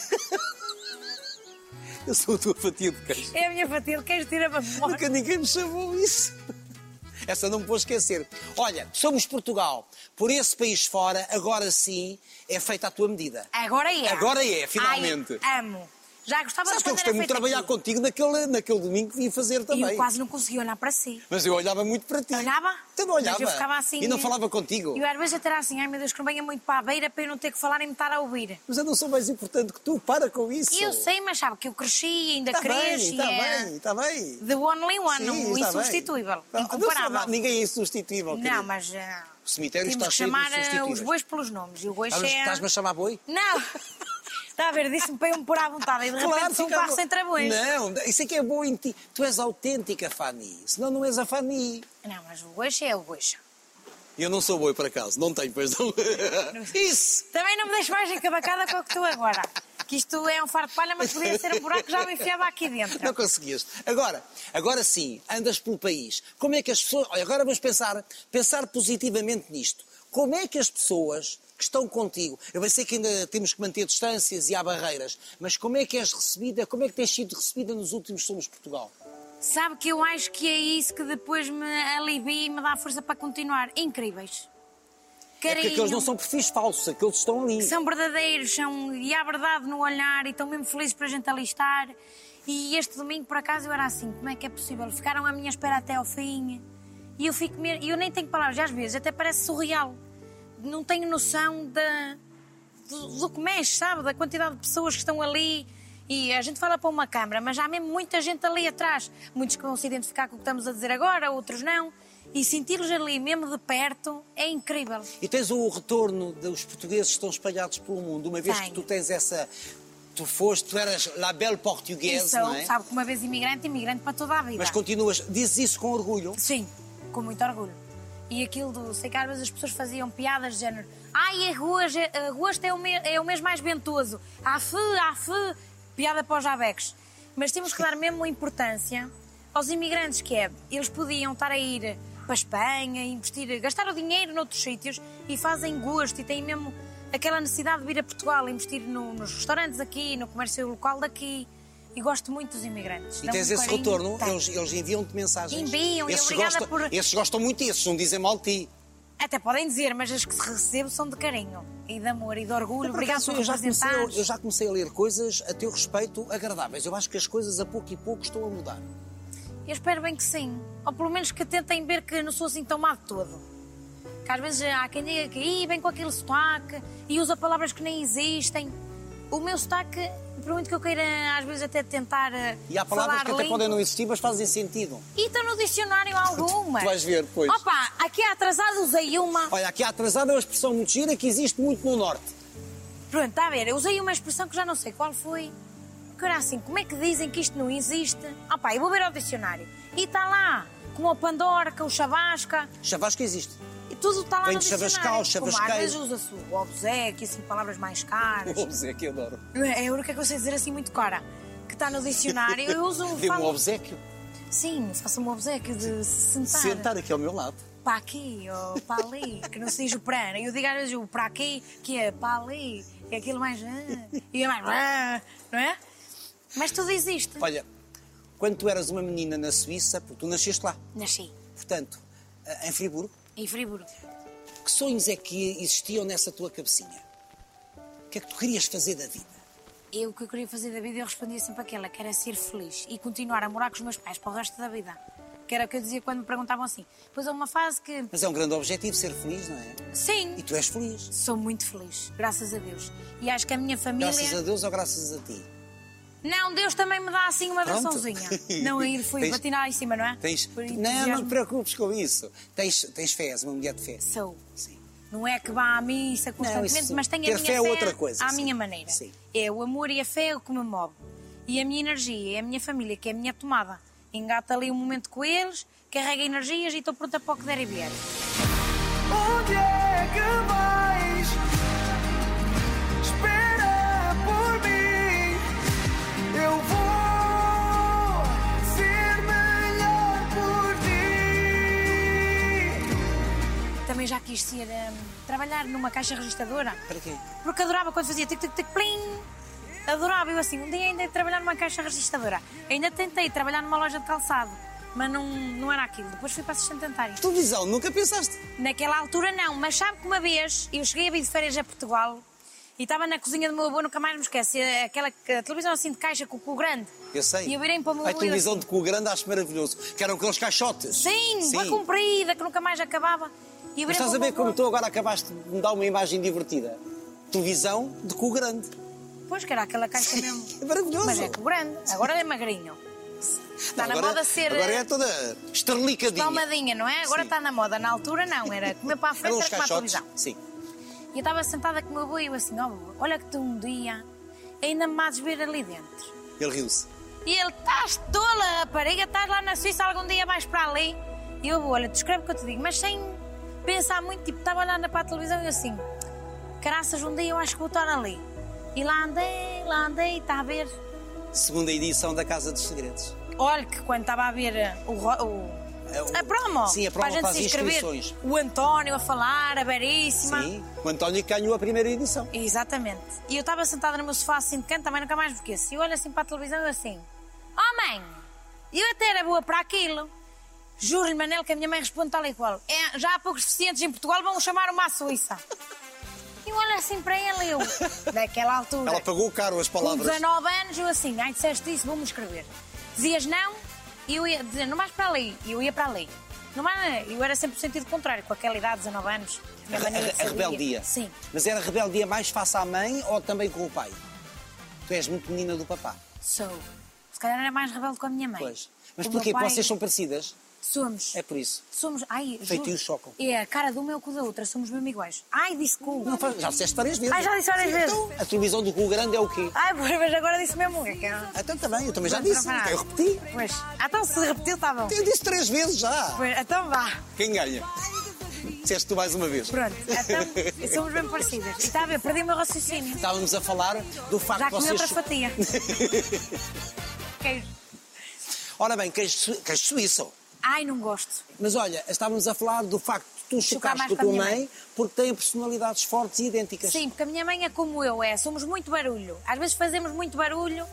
S1: Eu sou a tua fatia de queijo.
S2: É a minha fatia de queijo, tira-me a memória.
S1: Nunca ninguém me chamou isso. Essa não me vou esquecer. Olha, somos Portugal. Por esse país fora, agora sim, é feita à tua medida.
S2: Agora é.
S1: Agora é, finalmente.
S2: Ai, amo. Já gostava
S1: Sabes
S2: de
S1: que eu
S2: quando era
S1: gostei muito de
S2: feito
S1: trabalhar
S2: aqui.
S1: contigo naquele, naquele domingo que vim fazer
S2: E
S1: também.
S2: eu quase não conseguia olhar para si.
S1: Mas eu olhava muito para ti.
S2: Olhava?
S1: Também
S2: Mas eu
S1: olhava.
S2: ficava assim-
S1: E não falava contigo.
S2: E eu às vezes até era assim, ai meu Deus, que não venha muito para a beira para eu não ter que falar e me estar a ouvir.
S1: Mas eu não sou mais importante que tu. Para com isso.
S2: E eu sei, mas sabe que eu cresci e ainda
S1: Está
S2: cresço
S1: Tá bem, está
S2: e é
S1: bem, está bem.
S2: the only one,
S1: Sim,
S2: o
S1: está bem.
S2: insubstituível,
S1: Ah, não sou nada-
S2: incomparável. Não,
S1: Ninguém é insubstituível. querido.
S2: mas eh,
S1: O cemitério
S2: temos
S1: está
S2: que
S1: cheio de
S2: chamar eh,
S1: substituíveis.
S2: os bois pelos nomes. E o boi
S1: Ah, mas
S2: é...
S1: Estás-me a chamar boi?
S2: Não! Está a ver, disse-me para eu me pôr à vontade e de repente sou um
S1: fica
S2: carro
S1: bom.
S2: sem travões. Não.
S1: Não, isso é que é bom em ti. Tu és autêntica, Fanny. Senão não és a Fanny.
S2: mas o boi é o boi.
S1: Eu não sou boi, por acaso. Não tenho, pois não. Isso!
S2: Também não me deixes mais encabacada com o que tu agora. porque isto é um fardo de palha, mas podia ser um buraco que já me enfiava aqui dentro.
S1: Não conseguias. Agora, agora sim, andas pelo país. Como é que as pessoas. Olha, agora vamos pensar, pensar positivamente nisto. Como é que as pessoas que estão contigo, eu bem sei que ainda temos que manter distâncias e há barreiras, mas como é que és recebida, como é que tens sido recebida nos últimos Somos Portugal? É
S2: Sabe que eu acho que é isso que depois me alivia e me dá força para continuar. Incríveis.
S1: É porque aqueles não são perfis falsos, aqueles estão ali.
S2: são verdadeiros, são, e há verdade no olhar e estão mesmo felizes para a gente ali estar. E este domingo, por acaso, eu era assim, como é que é possível? Ficaram à minha espera até ao fim. E eu fico mesmo, e eu nem tenho palavras, e às vezes até parece surreal. Não tenho noção da, do, do que mexe, sabe? Da quantidade de pessoas que estão ali. E a gente fala para uma câmara, mas há mesmo muita gente ali atrás. Muitos que vão se identificar com o que estamos a dizer agora, outros não. E senti-los ali mesmo de perto é incrível.
S1: E tens o retorno dos portugueses que estão espalhados pelo mundo, uma vez
S2: Tenho.
S1: que tu tens essa. Tu foste, tu eras la belle portuguesa,
S2: Isso,
S1: não é?
S2: sabe que uma vez imigrante, imigrante para toda a vida.
S1: Mas continuas, dizes isso com orgulho.
S2: Sim, com muito orgulho. E aquilo do. Sei que às vezes as pessoas faziam piadas de género. Ai, agosto, agosto é, o me- é o mês mais ventoso. Afe, afe. Piada para os jabecos. Mas temos que dar mesmo importância aos imigrantes, que é. Eles podiam estar a ir para a Espanha, investir, gastar o dinheiro noutros sítios e fazem gosto e têm mesmo aquela necessidade de vir a Portugal, investir no- nos restaurantes aqui, no comércio local daqui. E gosto muito dos imigrantes.
S1: E
S2: Dão
S1: tens
S2: um
S1: esse
S2: carinho,
S1: retorno,
S2: tenho.
S1: eles, eles enviam-te mensagens.
S2: Enviam, e
S1: esses
S2: obrigada
S1: gostam,
S2: por-
S1: Esses gostam muito disso, não dizem mal de ti.
S2: Até podem dizer, mas as que se recebo são de carinho e de amor e de orgulho.
S1: Eu, Então, por
S2: Obrigado
S1: acaso,
S2: por
S1: eu, já comecei, a-
S2: representar.
S1: eu já comecei a ler coisas a teu respeito agradáveis. Eu acho que as coisas a pouco e pouco estão a mudar.
S2: Eu espero bem que sim. Ou pelo menos que tentem ver que não sou assim tão má de todo. Que às vezes há quem diga que "Ih, vem com aquele sotaque e usa palavras que nem existem. O meu sotaque, por muito que eu queira às vezes até tentar eh,
S1: E há palavras
S2: falar
S1: que até
S2: limpo,
S1: podem não existir, mas fazem sentido.
S2: E estão no dicionário alguma.
S1: Tu vais ver depois.
S2: Opa, aqui há atrasado usei uma.
S1: Olha, aqui atrasada é uma expressão muito gira que existe muito no Norte.
S2: Pronto, está a ver, eu usei uma expressão que já não sei qual foi. Que era assim, como é que dizem que isto não existe? Ah pá, eu vou ver ao dicionário. E está lá, como a pandorca, o chavasca,
S1: Chavasca existe.
S2: e tudo está lá
S1: Vem
S2: no
S1: de
S2: dicionário.
S1: chavascal,
S2: Como às
S1: chavasqueiro.
S2: vezes usa-se o obsequio, assim, palavras mais caras.
S1: Vamos é que eu adoro.
S2: É a única que eu sei dizer assim muito cara. Que está no dicionário, eu uso...
S1: Dê-me um
S2: falo-
S1: obsequio.
S2: Sim, faço um obsequio de se sentar.
S1: Sentar aqui ao meu lado.
S2: Para aqui ou para ali, que não se diz o prana. Eu digo às vezes o para aqui, que é para ali, e aquilo mais. ah, E é mais. ah, Não é? Mas tudo existe.
S1: Olha, quando tu eras uma menina na Suíça, porque tu nasceste lá,
S2: Nasci
S1: portanto, eh, em Friburgo,
S2: em Friburgo.
S1: que sonhos é que existiam nessa tua cabecinha? O que é que tu querias fazer da vida?
S2: Eu o que eu queria fazer da vida, eu respondia sempre aquela, que era ser feliz e continuar a morar com os meus pais para o resto da vida. Que era o que eu dizia quando me perguntavam assim. Pois há uma fase que.
S1: Mas é um grande objetivo ser feliz, não é?
S2: Sim,
S1: E tu és feliz.
S2: sou muito feliz, graças a Deus. E acho que a minha família.
S1: Graças a Deus ou graças a ti?
S2: Não, Deus também me dá assim uma
S1: Pronto.
S2: bençãozinha. Não a ir, fui
S1: Tens-
S2: patinar em cima, não é?
S1: Tens...
S2: Por
S1: Não, não
S2: entusiasmo.
S1: te preocupes com isso. Tens, tens fé, és uma mulher de fé.
S2: Sou.
S1: Sim.
S2: Não é que vá à missa constantemente,
S1: isso-
S2: mas tenho
S1: ter
S2: a minha
S1: fé é outra coisa,
S2: à
S1: sim.
S2: minha maneira.
S1: Sim.
S2: É o amor e a fé é o que me move. E a minha energia, é a minha família, que é a minha tomada. Engata ali um momento com eles, carrega energias e estou pronta para o que der e vier.
S3: Onde é que vais? Espera por mim. Eu vou ser melhor por ti.
S2: Também já quis ser, hum, trabalhar numa caixa registradora,
S1: Para quê?
S2: porque adorava quando fazia tic-tic-tic, plim. Adorava, eu assim, um dia ainda ia trabalhar numa caixa registradora. Ainda tentei trabalhar numa loja de calçado, mas não, não era aquilo. Depois fui para assistente dentário.
S1: Televisão, nunca pensaste?
S2: Naquela altura não, mas sabe que uma vez eu cheguei a vir de férias a Portugal e estava na cozinha do meu avô, nunca mais me esquece, aquela que- a televisão assim de caixa com o cu grande.
S1: Eu sei.
S2: E eu virei para o meu
S1: A
S2: avô e eu
S1: televisão de cu grande acho maravilhoso. Que eram aqueles caixotes.
S2: Sim, bem comprida, que nunca mais acabava. E eu virei
S1: Mas estás a
S2: para o meu
S1: ver como
S2: avô.
S1: tu agora acabaste de me dar uma imagem divertida? Televisão de cu grande.
S2: Pois que era aquela caixa
S1: É
S2: mesmo.
S1: maravilhoso.
S2: Mas é cu grande, agora é magrinho. Está
S1: Não,
S2: na
S1: agora-
S2: moda ser eh,
S1: Agora é toda esterlicadinha.
S2: tomadinha, não é? Agora
S1: Sim.
S2: está na moda, na altura não, era comer para a frente
S1: Eram
S2: era
S1: os
S2: tomar a
S1: caixotes.
S2: televisão.
S1: Sim.
S2: E eu estava sentada com o meu avô e eu assim, ó avô, olha que tu um dia ainda me vais ver ali dentro.
S1: Ele riu-se.
S2: E ele, estás tola, rapariga, estás lá na Suíça, algum dia vais para ali. E eu, olha, descreve o que eu te digo, mas sem pensar muito, tipo, estava olhando para a televisão e eu assim, caraças, um dia eu acho que vou estar ali. E lá andei, lá andei, está a ver.
S1: Segunda edição da Casa dos Segredos.
S2: Olha que quando estava a ver eh, o, ro- o-
S1: É, o-
S2: a promo,
S1: Sim, a
S2: para
S1: promo
S2: a gente
S1: faz
S2: se inscrever,
S1: inscrições.
S2: o António a falar, a Veríssima.
S1: Sim, o António que ganhou a primeira edição.
S2: Exatamente. E eu estava sentada no meu sofá assim de canto, também nunca mais me esqueço. E eu olho assim para a televisão e eu assim: Oh mãe, eu até era boa para aquilo. Juro-lhe, Manel, que a minha mãe responde tal e qual. É, já há poucos deficientes em Portugal, vão chamar uma à Suíça. E eu olho assim para ela e eu, naquela altura.
S1: Ela pagou caro as
S2: Com
S1: palavras.
S2: 19 anos, eu assim, ai, disseste isso, vou-me escrever. Dizias não, e eu ia dizer, não mais para ali, e eu ia para ali. Não mais, eu era sempre o sentido contrário, com aquela idade, 19 anos.
S1: A,
S2: minha
S1: a-
S2: mania de
S1: a
S2: saber.
S1: é rebeldia.
S2: Sim.
S1: Mas era rebeldia mais face à mãe ou também com o pai? Tu és muito menina do papá.
S2: Sou. Se calhar era mais rebelde com a minha mãe.
S1: Pois. Mas
S2: O meu
S1: porquê?
S2: pai-
S1: Vocês são parecidas?
S2: Somos.
S1: É por isso.
S2: Somos. Ai, juro.
S1: Feitios chocam.
S2: É, a cara de uma é o cu da outra, somos mesmo iguais. Ai, disse cu.
S1: Não faz- Já disseste várias vezes.
S2: Ai, já disse várias vezes.
S1: Então, a televisão do Rio Grande é o quê?
S2: Ai, pois, mas agora disse mesmo. É que eu-
S1: Então também, eu também já
S2: Pronto,
S1: disse.
S2: não faz nada.
S1: Eu repeti.
S2: Pois. Ah, Então, se repetiu, está bom.
S1: Eu disse três vezes já.
S2: Pois, então vá.
S1: Quem ganha? Disseste tu mais uma vez.
S2: Pronto, então somos bem parecidas. E está a ver, perdi o meu raciocínio.
S1: Estávamos a falar do facto
S2: Já
S1: de
S2: comi
S1: vocês.
S2: outra fatia. Queijo.
S1: Ora bem, queijo su- queijo suíço.
S2: Ai, não gosto.
S1: Mas olha, estávamos a falar do facto de tu chocares
S2: mais
S1: com a
S2: com a
S1: tua
S2: minha
S1: mãe,
S2: mãe.
S1: porque têm personalidades fortes e idênticas.
S2: Sim, porque a minha mãe é como eu, é. Somos muito barulho. Às vezes fazemos muito barulho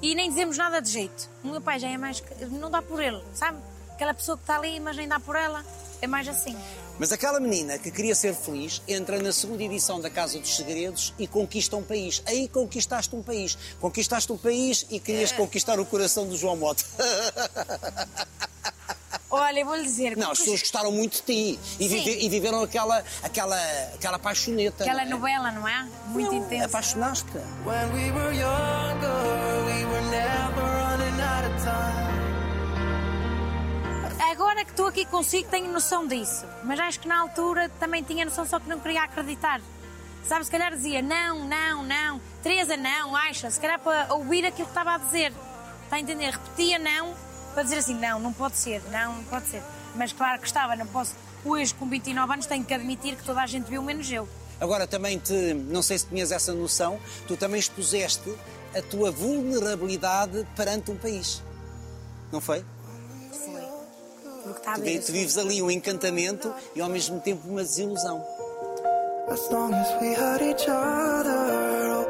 S2: e nem dizemos nada de jeito. O meu pai já é mais. que- Não dá por ele, sabe? Aquela pessoa que está ali, mas nem dá por ela. É mais assim.
S1: Mas aquela menina que queria ser feliz entra na segunda edição da Casa dos Segredos e conquista um país. Aí conquistaste um país. Conquistaste um país e querias
S2: É.
S1: conquistar o coração do João Mota.
S2: Olha, eu vou-lhe dizer.
S1: Não, as pessoas gostaram muito de ti e, vive- e viveram aquela, aquela, aquela paixoneta.
S2: Aquela
S1: não é?
S2: novela, não é? Muito
S1: Não,
S2: intensa.
S1: Apaixonaste-te.
S3: When we were younger, we were never running out of time.
S2: Agora que estou aqui consigo, tenho noção disso. Mas acho que na altura também tinha noção, só que não queria acreditar. Sabe, se calhar dizia não, não, não, Teresa não, acha, se calhar para ouvir aquilo que estava a dizer. Está a entender? Repetia não para dizer assim, não, não pode ser, não, não pode ser. Mas claro que estava, não posso. Hoje, com 29 anos, tenho que admitir que toda a gente viu, menos eu.
S1: Agora também te, não sei se tinhas essa noção, tu também expuseste a tua vulnerabilidade perante um país. Não foi?
S2: Foi. Porque está a
S1: Tu,
S2: ver.
S1: tu vives ali um encantamento e ao mesmo tempo uma desilusão.
S3: As long as we had each other, oh,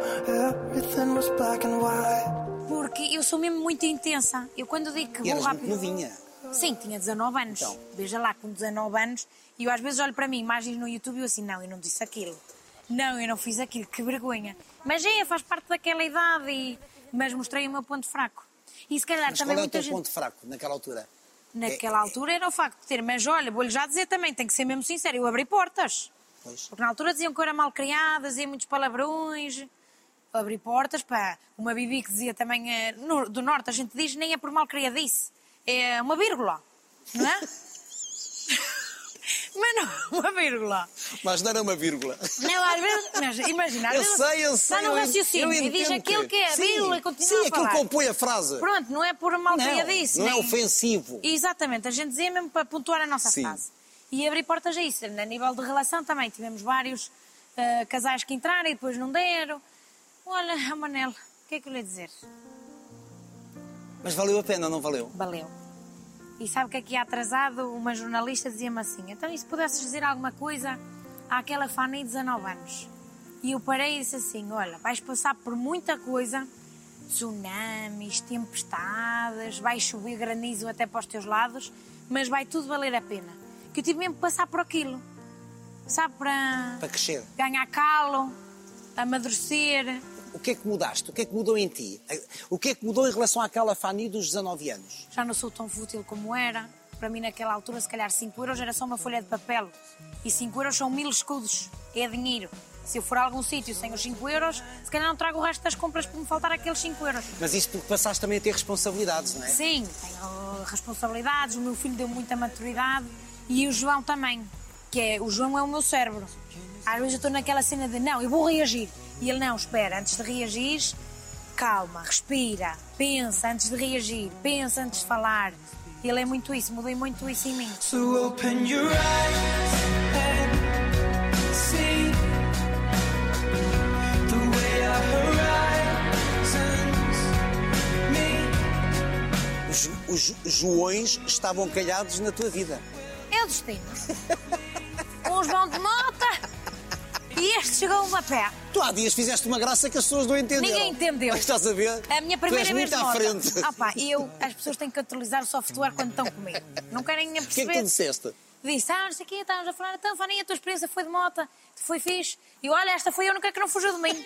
S3: everything was black and white.
S2: Porque eu sou mesmo muito intensa. Eu quando digo que
S1: E
S2: vou
S1: eras muito
S2: rápido.
S1: novinha.
S2: Sim, tinha 19 anos.
S1: Então.
S2: Veja lá, com 19 anos. E eu às vezes olho para mim imagens no YouTube e eu assim, não, eu não disse aquilo. Não, eu não fiz aquilo, que vergonha. Mas é, faz parte daquela idade e... Mas mostrei o meu ponto fraco. E se calhar
S1: Mas
S2: também
S1: qual é o
S2: muita
S1: teu
S2: gente...
S1: ponto É, fraco naquela altura?
S2: Naquela altura era o facto de ter... Mas olha, vou-lhe já dizer também, tenho que ser mesmo sincero, eu abri portas.
S1: Pois.
S2: Porque na altura diziam que eu era mal criada, diziam muitos palavrões, abri portas para uma Bibi que dizia também eh, no- do Norte, a gente diz nem é por mal criadice, é uma vírgula, não é? mas não, é uma vírgula.
S1: Mas não era uma vírgula.
S2: Não, às vezes, mas imagina, às
S1: Eu
S2: vezes
S1: sei, eu sei.
S2: está no
S1: eu en-
S2: um
S1: eu
S2: raciocínio e diz
S1: entendo-te.
S2: aquilo que é a
S1: Sim,
S2: vírgula e continua
S1: Sim,
S2: a
S1: aquilo
S2: falar.
S1: compõe a frase.
S2: Pronto, não é por mal
S1: não,
S2: criadice.
S1: não é
S2: nem-
S1: ofensivo.
S2: Exatamente, a gente dizia mesmo para pontuar a nossa
S1: Sim.
S2: frase. E abrir portas a isso. A nível de relação também, tivemos vários ah, casais que entraram e depois não deram. Olha, a Manel, o que é que eu lhe ia dizer?
S1: Mas valeu a pena, não valeu?
S2: Valeu. E sabe que aqui atrasado uma jornalista dizia-me assim, então e se pudesses dizer alguma coisa àquela Fanny de 19 anos? E eu parei e disse assim, olha, vais passar por muita coisa, tsunamis, tempestades, vai chover granizo até para os teus lados, mas vai tudo valer a pena. Que eu tive mesmo que passar por aquilo, sabe, para
S1: Para crescer.
S2: ganhar calo, amadurecer.
S1: O que é que mudaste? O que é que mudou em ti? O que é que mudou em relação àquela Fanny dos 19 anos?
S2: já não sou tão fútil como era. Para mim, naquela altura, se calhar 5 euros era só uma folha de papel. E 5 euros são mil escudos. É dinheiro. Se eu for a algum sítio sem os 5 euros, se calhar não trago o resto das compras por me faltar aqueles 5 euros.
S1: Mas isso porque passaste também a ter responsabilidades, não é?
S2: Sim, tenho responsabilidades, o meu filho deu muita maturidade e o João também, que é, o João é o meu cérebro. Às vezes eu estou naquela cena de não, eu vou reagir. E ele não, espera, antes de reagir, calma, respira, pensa antes de reagir, pensa antes de falar. Ele é muito isso, mudei muito isso em mim.
S3: So open your eyes and see the way I hurry.
S1: os joões estavam calhados na tua vida.
S2: É o destino. Com o João de Mota e este chegou a pé.
S1: Tu há dias fizeste uma graça que as pessoas não entenderam.
S2: Ninguém entendeu.
S1: Estás a ver?
S2: É A minha
S1: tu és muito
S2: primeira vez de
S1: à
S2: moto.
S1: frente.
S2: Ah pá, eu, as pessoas têm que utilizar o software quando estão comigo. Não querem nem
S1: O que é
S2: perceber.
S1: que tu disseste?
S2: Disse, ah, não sei o quê, estávamos a falar, então, Fani, a tua experiência foi de moto, foi fixe. E eu, olha, esta foi a única que não fugiu de mim.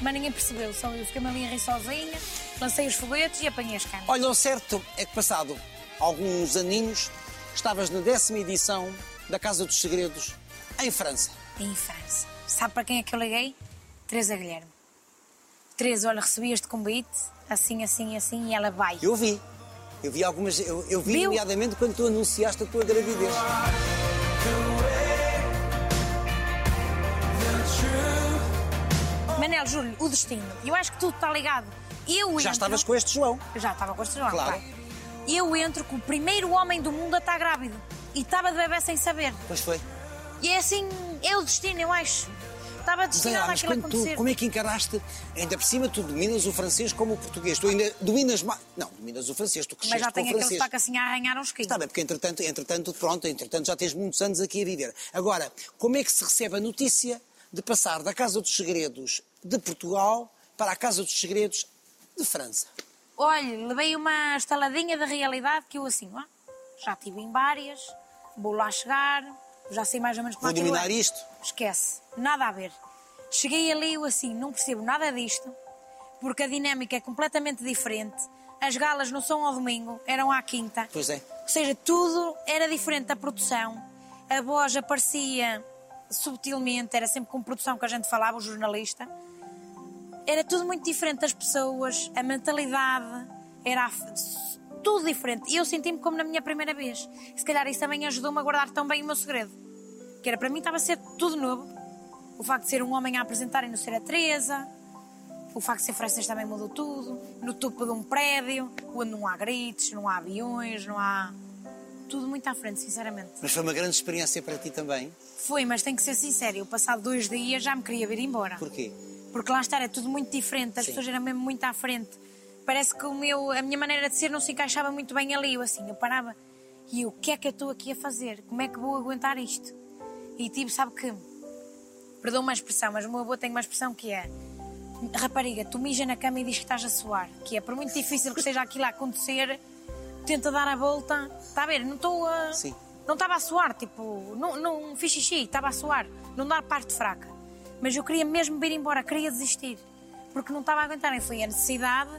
S2: Mas ninguém percebeu, só eu fiquei-me ali a rir sozinha, lancei os foguetes e apanhei as canas.
S1: Olha, o certo é que passado alguns aninhos, estavas na décima edição da Casa dos Segredos, em França.
S2: Em França. Sabe para quem é que eu liguei? Teresa Guilherme. Teresa, olha, recebi este convite, assim, assim, assim, e ela vai.
S1: Eu vi. Eu vi algumas. Eu, eu vi
S2: Viu?
S1: nomeadamente quando tu anunciaste a tua gravidez.
S2: Manel, Júlio, o destino. Eu acho que tudo está ligado. Eu
S1: Já
S2: entro-
S1: estavas com este João.
S2: Eu Já estava com este João,
S1: Claro.
S2: claro. Eu entro com o primeiro homem do mundo a estar grávido. E estava de bebê sem saber.
S1: Pois foi.
S2: E é assim, é o destino, eu acho. Estava
S1: Zé,
S2: destinado
S1: mas
S2: àquilo
S1: quando
S2: acontecer.
S1: tu, como é que encaraste? Ainda por cima, tu dominas o francês como o português. Tu ainda dominas mais. Não, dominas o francês, tu
S2: Mas
S1: cresceste
S2: já
S1: com o
S2: tenho aquele
S1: francês.
S2: sotaque assim a arranhar uns quilos.
S1: Está bem, é porque entretanto, entretanto, pronto, entretanto já tens muitos anos aqui a viver. Agora, como é que se recebe a notícia de passar da Casa dos Segredos de Portugal para a Casa dos Segredos de França?
S2: Olha, levei uma estaladinha da realidade que eu assim, ó, já tive em várias, vou lá chegar, já sei mais ou menos como
S1: Vou
S2: aquilo é.
S1: dominar isto?
S2: Esquece, nada a ver. Cheguei ali eu assim, não percebo nada disto, porque a dinâmica é completamente diferente. As galas não são ao domingo, eram à quinta.
S1: Pois é.
S2: Ou seja, tudo era diferente da produção. A voz aparecia subtilmente, era sempre com produção que a gente falava, o jornalista. Era tudo muito diferente das pessoas, a mentalidade, era a f- tudo diferente. E eu senti-me como na minha primeira vez. Se calhar isso também ajudou-me a guardar tão bem o meu segredo. Que era para mim estava a ser tudo novo. O facto de ser um homem a apresentar e não ser a Teresa. O facto de ser francês também mudou tudo. No topo de um prédio, onde não há gritos, não há aviões, não há. Tudo muito à frente, sinceramente.
S1: Mas foi uma grande experiência para ti também.
S2: Foi, mas tenho que ser sincero, eu passado dois dias já me queria vir embora.
S1: Porquê?
S2: Porque lá estar é tudo muito diferente, as pessoas eram mesmo muito à frente. Parece que o meu, a minha maneira de ser não se encaixava muito bem ali. Eu assim, eu parava e eu, o que é que eu estou aqui a fazer? Como é que vou aguentar isto? E tipo, sabe que, perdoa uma expressão, mas o meu avô tem uma expressão que é rapariga, tu mija na cama e diz que estás a suar. Que é, por muito difícil que esteja aquilo a acontecer, tenta dar a volta. Está a ver? Não estou a.
S1: Sim.
S2: Não estava a suar, tipo, não, não fiz xixi, estava a suar, não dar parte fraca. Mas eu queria mesmo vir embora, queria desistir, porque não estava a aguentar. E foi a necessidade,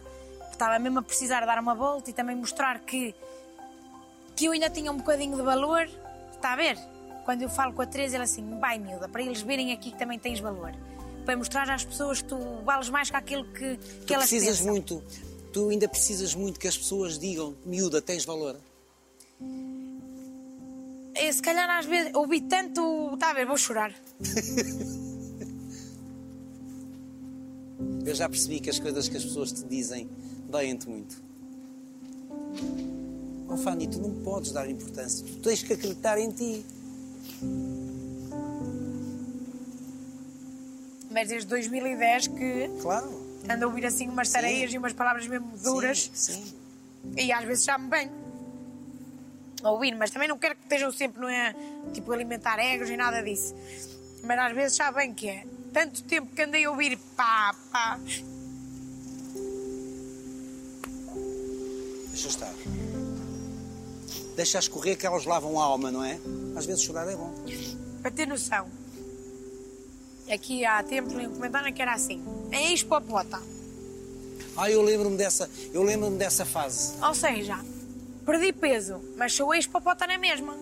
S2: estava mesmo a precisar dar uma volta e também mostrar que, que eu ainda tinha um bocadinho de valor. Está a ver? Quando eu falo com a Teresa, ela assim, vai miúda, para eles verem aqui que também tens valor. Para mostrar às pessoas que tu vales mais que aquilo que, que
S1: Tu
S2: elas
S1: precisas
S2: pensam.
S1: muito. Tu ainda precisas muito que as pessoas digam, miúda, tens valor.
S2: Eh, se calhar às vezes ouvi tanto. Está a ver, vou chorar.
S1: Eu já percebi que as coisas que as pessoas te dizem doem-te muito. Oh, Fanny, tu não podes dar importância. Tu tens que acreditar em ti.
S2: Mas desde 2010 que
S1: Claro.
S2: ando a ouvir assim umas tareias e umas palavras mesmo duras
S1: Sim, sim.
S2: e às vezes já me bem a ouvir, mas também não quero que estejam sempre, não é? Tipo, alimentar egos e nada disso. Mas às vezes já bem que é. Tanto tempo que andei a ouvir pá, pá.
S1: Deixa estar. Deixa escorrer que elas lavam a alma, não é? Às vezes chorar é bom.
S2: Para ter noção, aqui há tempo li um comentário que era assim: em Expopota.
S1: Ah, eu lembro-me dessa, eu lembro-me dessa fase.
S2: Ou seja, perdi peso, mas sou ex-popota na mesma.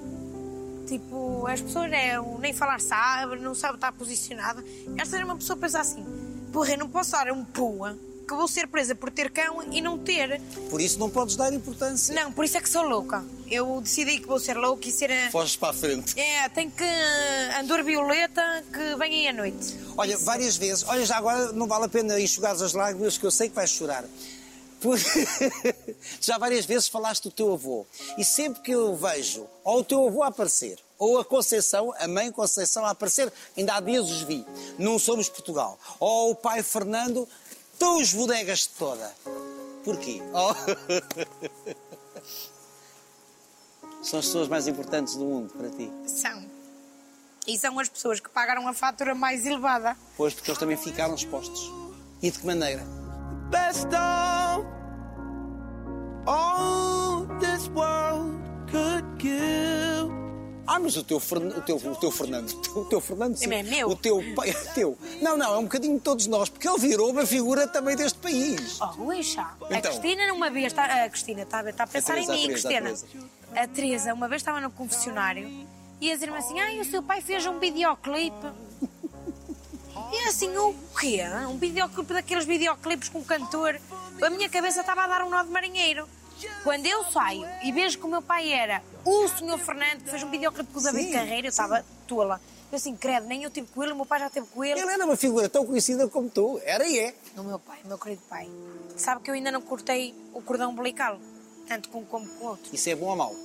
S2: Tipo, as pessoas é, o nem falar sabe, não sabe estar posicionada. Esta era uma pessoa que pensa assim: porra, eu não posso dar um pua que vou ser presa por ter cão e não ter.
S1: Por isso não podes dar importância.
S2: Não, por isso é que sou louca. Eu decidi que vou ser louca e ser. a-
S1: Foges para a frente.
S2: É, tem que andar violeta que vem aí à noite.
S1: Olha, várias vezes. Olha, já agora não vale a pena enxugares as lágrimas, que eu sei que vais chorar. Por- já várias vezes falaste do teu avô. E sempre que eu vejo ou o teu avô a aparecer, ou a Conceição, a mãe Conceição a aparecer, ainda há dias os vi, não somos Portugal, ou o pai Fernando, estão os bodegas de toda. Porquê? Oh. São as pessoas mais importantes do mundo para ti.
S4: São. E são as pessoas que pagaram a fatura mais elevada.
S1: Pois, porque eles também ficaram expostos. E de que maneira?
S3: Best of all this world could give.
S1: Ah, mas o teu, Fern... o teu, o teu Fernando, o teu, o teu Fernando, sim.
S4: Também é meu?
S1: O teu pai, é teu. Não, não, é um bocadinho de todos nós, porque ele virou uma figura também deste país.
S2: Oh, Luísa.
S1: Então.
S2: A Cristina, numa vez, tá- a Cristina está tá a pensar
S1: Teresa,
S2: em mim,
S1: a Teresa, a
S2: Cristina. A Teresa, uma vez estava no confessionário e a dizer-me assim: Ai, o seu pai fez um videoclipe. E eu assim, o quê? Um videoclipe daqueles videoclipes com cantor. A minha cabeça estava a dar um nó de marinheiro. Quando eu saio e vejo que o meu pai era o senhor Fernando, que fez um videoclipe com o David
S1: Sim,
S2: Carreira, eu estava tola. Eu assim, credo, nem eu tive com ele, o meu pai já teve com ele.
S1: Ele era uma figura tão conhecida como tu, era e é.
S2: No meu pai, meu querido pai. Sabe que eu ainda não cortei o cordão umbilical, tanto com um como com o outro.
S1: Isso é bom ou mau?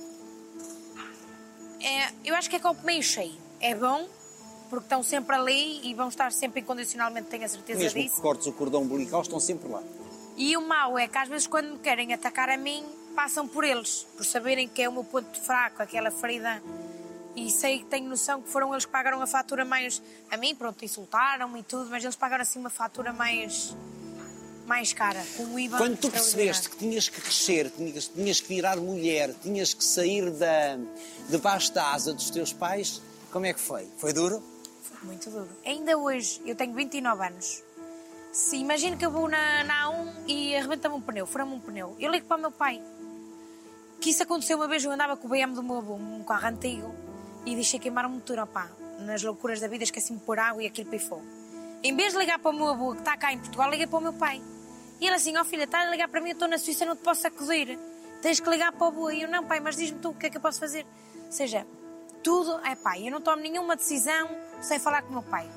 S2: É, eu acho que é copo meio cheio. É bom, porque estão sempre ali e vão estar sempre incondicionalmente, tenho a certeza
S1: Mesmo que
S2: disso.
S1: cortes o cordão umbilical, estão sempre lá.
S2: E o mau é que às vezes quando me querem atacar a mim, passam por eles, por saberem que é o meu ponto fraco, aquela ferida. E sei que tenho noção que foram eles que pagaram a fatura mais. A mim, pronto, insultaram-me e tudo, mas eles pagaram assim uma fatura mais. mais cara, com o IVA.
S1: Quando tu
S2: extraordinário.
S1: percebeste que tinhas que crescer, tinhas, tinhas que virar mulher, tinhas que sair da, debaixo da asa dos teus pais, como é que foi? Foi duro?
S2: Foi muito duro. Ainda hoje, eu tenho 29 anos. Se imagino que eu vou na, na A1 e arrebenta-me um pneu, fura-me um pneu, eu ligo para o meu pai. Que isso aconteceu uma vez, eu andava com o BM do meu avô, um carro antigo, e deixei queimar um motor, opá. Nas loucuras da vida esqueci-me de pôr água e aquilo pifou. Em vez de ligar para o meu avô, que está cá em Portugal, liguei para o meu pai. E ele assim, ó filha, estás a ligar para mim, eu estou na Suíça, não te posso acudir. Tens que ligar para o avô. E eu, não pai, mas diz-me tu o que é que eu posso fazer. Ou seja, tudo é pai. Eu não tomo nenhuma decisão sem falar com o meu pai.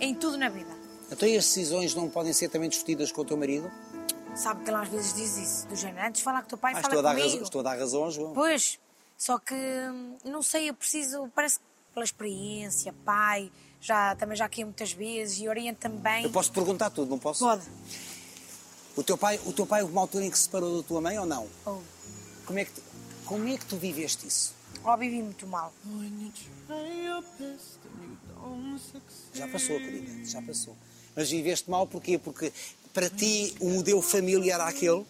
S2: Em tudo na vida.
S1: Então e as decisões não podem ser também discutidas com o teu marido?
S2: Sabe que ele às vezes diz isso, do género, antes de falar com o teu pai,
S1: Ah,
S2: fala
S1: estou, a dar
S2: comigo.
S1: razão, estou a dar razão, João.
S2: Pois, só que hum, não sei, eu preciso, parece que pela experiência, pai, já, também já aqui muitas vezes e orienta-me bem.
S1: Eu posso te perguntar tudo, não posso?
S2: Pode.
S1: O teu pai, o teu pai houve uma altura em que se separou da tua mãe ou não?
S2: Ou,
S1: Como é que tu, como é que tu viveste isso?
S2: ou vivi oh, muito mal.
S3: When you try your best and you don't succeed.
S1: Já passou, querida, já passou. Mas viveste mal porquê? Porque para ti o modelo familiar era aquele,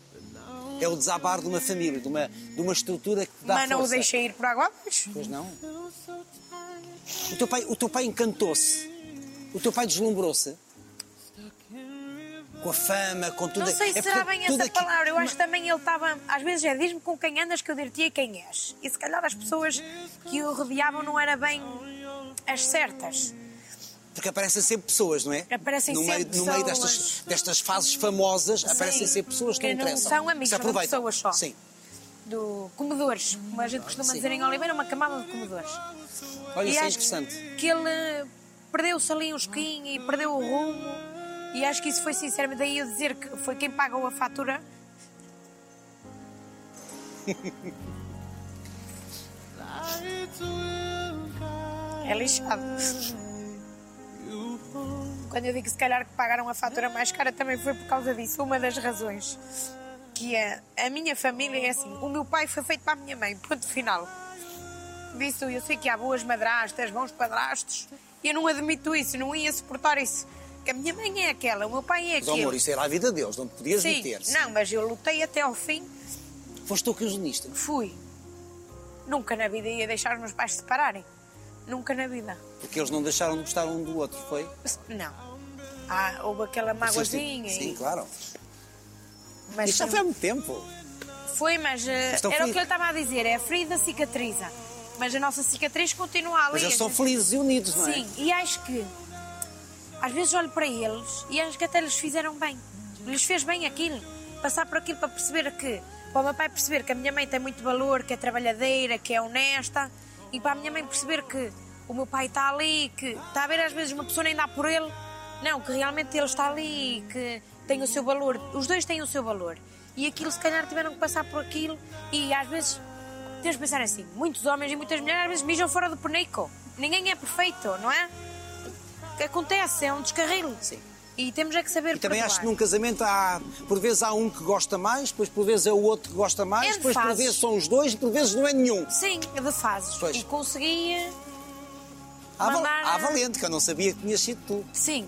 S1: é o desabar de uma família, de uma, de uma estrutura que te dá
S2: Mas não o
S1: força.
S2: deixei ir por água abaixo.
S1: Pois não? O teu pai, o teu pai encantou-se. O teu pai deslumbrou-se. Com a fama, com tudo
S2: Não
S1: aquilo.
S2: sei se será bem essa palavra. Eu
S1: Mas-
S2: acho que também ele estava. Às vezes é diz-me com quem andas que eu dir-te-ei quem és. E se calhar as pessoas que o rodeavam não eram bem as certas.
S1: Porque aparecem sempre pessoas, não é?
S2: Aparecem
S1: no meio,
S2: sempre
S1: No meio
S2: pessoas.
S1: destas, destas fases famosas, aparecem sempre pessoas que,
S2: que
S1: não
S2: não
S1: interessam.
S2: são amigos,
S1: Se
S2: são
S1: aproveitam.
S2: pessoas só.
S1: Sim.
S2: Do comedores, como a gente costuma
S1: Sim.
S2: dizer em Oliveira, uma camada de comedores.
S1: Olha,
S2: e
S1: isso é
S2: acho
S1: interessante.
S2: que ele eh, perdeu-se ali um esquinho e perdeu o rumo. E acho que isso foi sincero. Daí eu dizer que foi quem pagou a fatura.
S3: Lights will guide
S2: É lixado.
S3: you home.
S2: Quando eu digo se calhar que pagaram a fatura mais cara, também foi por causa disso. Uma das razões. Que é a minha família é assim. O meu pai foi feito para a minha mãe. Ponto final. Disso eu sei que há boas madrastas, bons padrastos. E eu não admito isso, não ia suportar isso. Que a minha mãe é aquela, o meu pai é
S1: Mas, oh, amor,
S2: aquele.
S1: isso é era a vida deles, não te podias
S2: Sim,
S1: meter-se.
S2: não, mas eu lutei até ao fim
S1: Foste tu que os uniste.
S2: Fui. Nunca na vida ia deixar os meus pais se separarem. Nunca na vida.
S1: Porque eles não deixaram de gostar um do outro, foi?
S2: Não. Ah, houve aquela magoazinha.
S1: Sim,
S2: e-
S1: claro.
S2: Mas
S1: Isto já foi há muito tempo.
S2: foi, mas eh,
S1: Mas estão
S2: era o
S1: felizes.
S2: que ele estava a dizer. É a ferida cicatriza. Mas a nossa cicatriz continua ali.
S1: Mas eles
S2: Às
S1: são
S2: vezes-
S1: felizes e unidos, não é?
S2: Sim, e acho que às vezes olho para eles e acho que até lhes fizeram bem. Lhes fez bem aquilo. Passar por aquilo para perceber que, para o meu pai perceber que a minha mãe tem muito valor, que é trabalhadeira, que é honesta, e para a minha mãe perceber que o meu pai está ali, que está a ver às vezes uma pessoa nem dá por ele, não, que realmente ele está ali, e que tem o seu valor, os dois têm o seu valor. E aquilo, se calhar, tiveram que passar por aquilo, e às vezes temos de pensar assim, muitos homens e muitas mulheres às vezes mijam fora do penico. Ninguém é perfeito, não é? O que acontece é um descarrilo.
S1: Sim.
S2: E temos é que saber
S1: E também
S2: perdoar.
S1: acho que num casamento há, por vezes há um que gosta mais, depois por vezes é o outro que gosta mais,
S2: É de
S1: depois por
S2: fases.
S1: vezes são os dois, por vezes não é nenhum.
S2: Sim, de fases.
S1: Pois.
S2: E consegui... eh,
S1: Há, val-
S2: Mandar-
S1: há valente, que eu não sabia que tinha sido tu.
S2: Sim.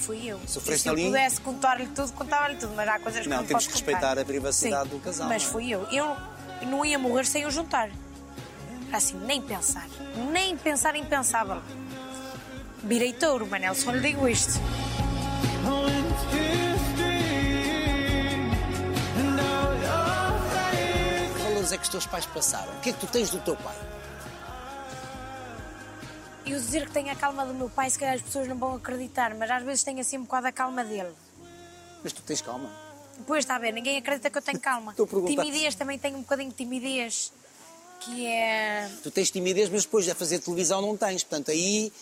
S2: Fui eu.
S1: Sofreste
S2: se eu
S1: ali?
S2: pudesse contar-lhe tudo, contava-lhe tudo, mas há coisas que
S1: Não,
S2: não,
S1: temos
S2: posso
S1: que respeitar
S2: contar.
S1: a privacidade
S2: Sim,
S1: do casal,
S2: Mas
S1: não é?
S2: fui eu. Eu não ia morrer sem o juntar. Assim, nem pensar. Nem pensar impensável. Virei touro, Manel, só lhe digo isto.
S1: Que valores é que os teus pais passaram? O que é que tu tens do teu pai?
S2: E o dizer que tenho a calma do meu pai, se calhar as pessoas não vão acreditar, mas às vezes tenho assim um bocado a calma dele.
S1: Mas tu tens calma.
S2: Pois está a ver, ninguém acredita que eu tenho calma.
S1: Estou a perguntar.
S2: timidez, também tenho um bocadinho de timidez. Que é.
S1: Tu tens timidez, mas depois a fazer televisão não tens. Portanto, aí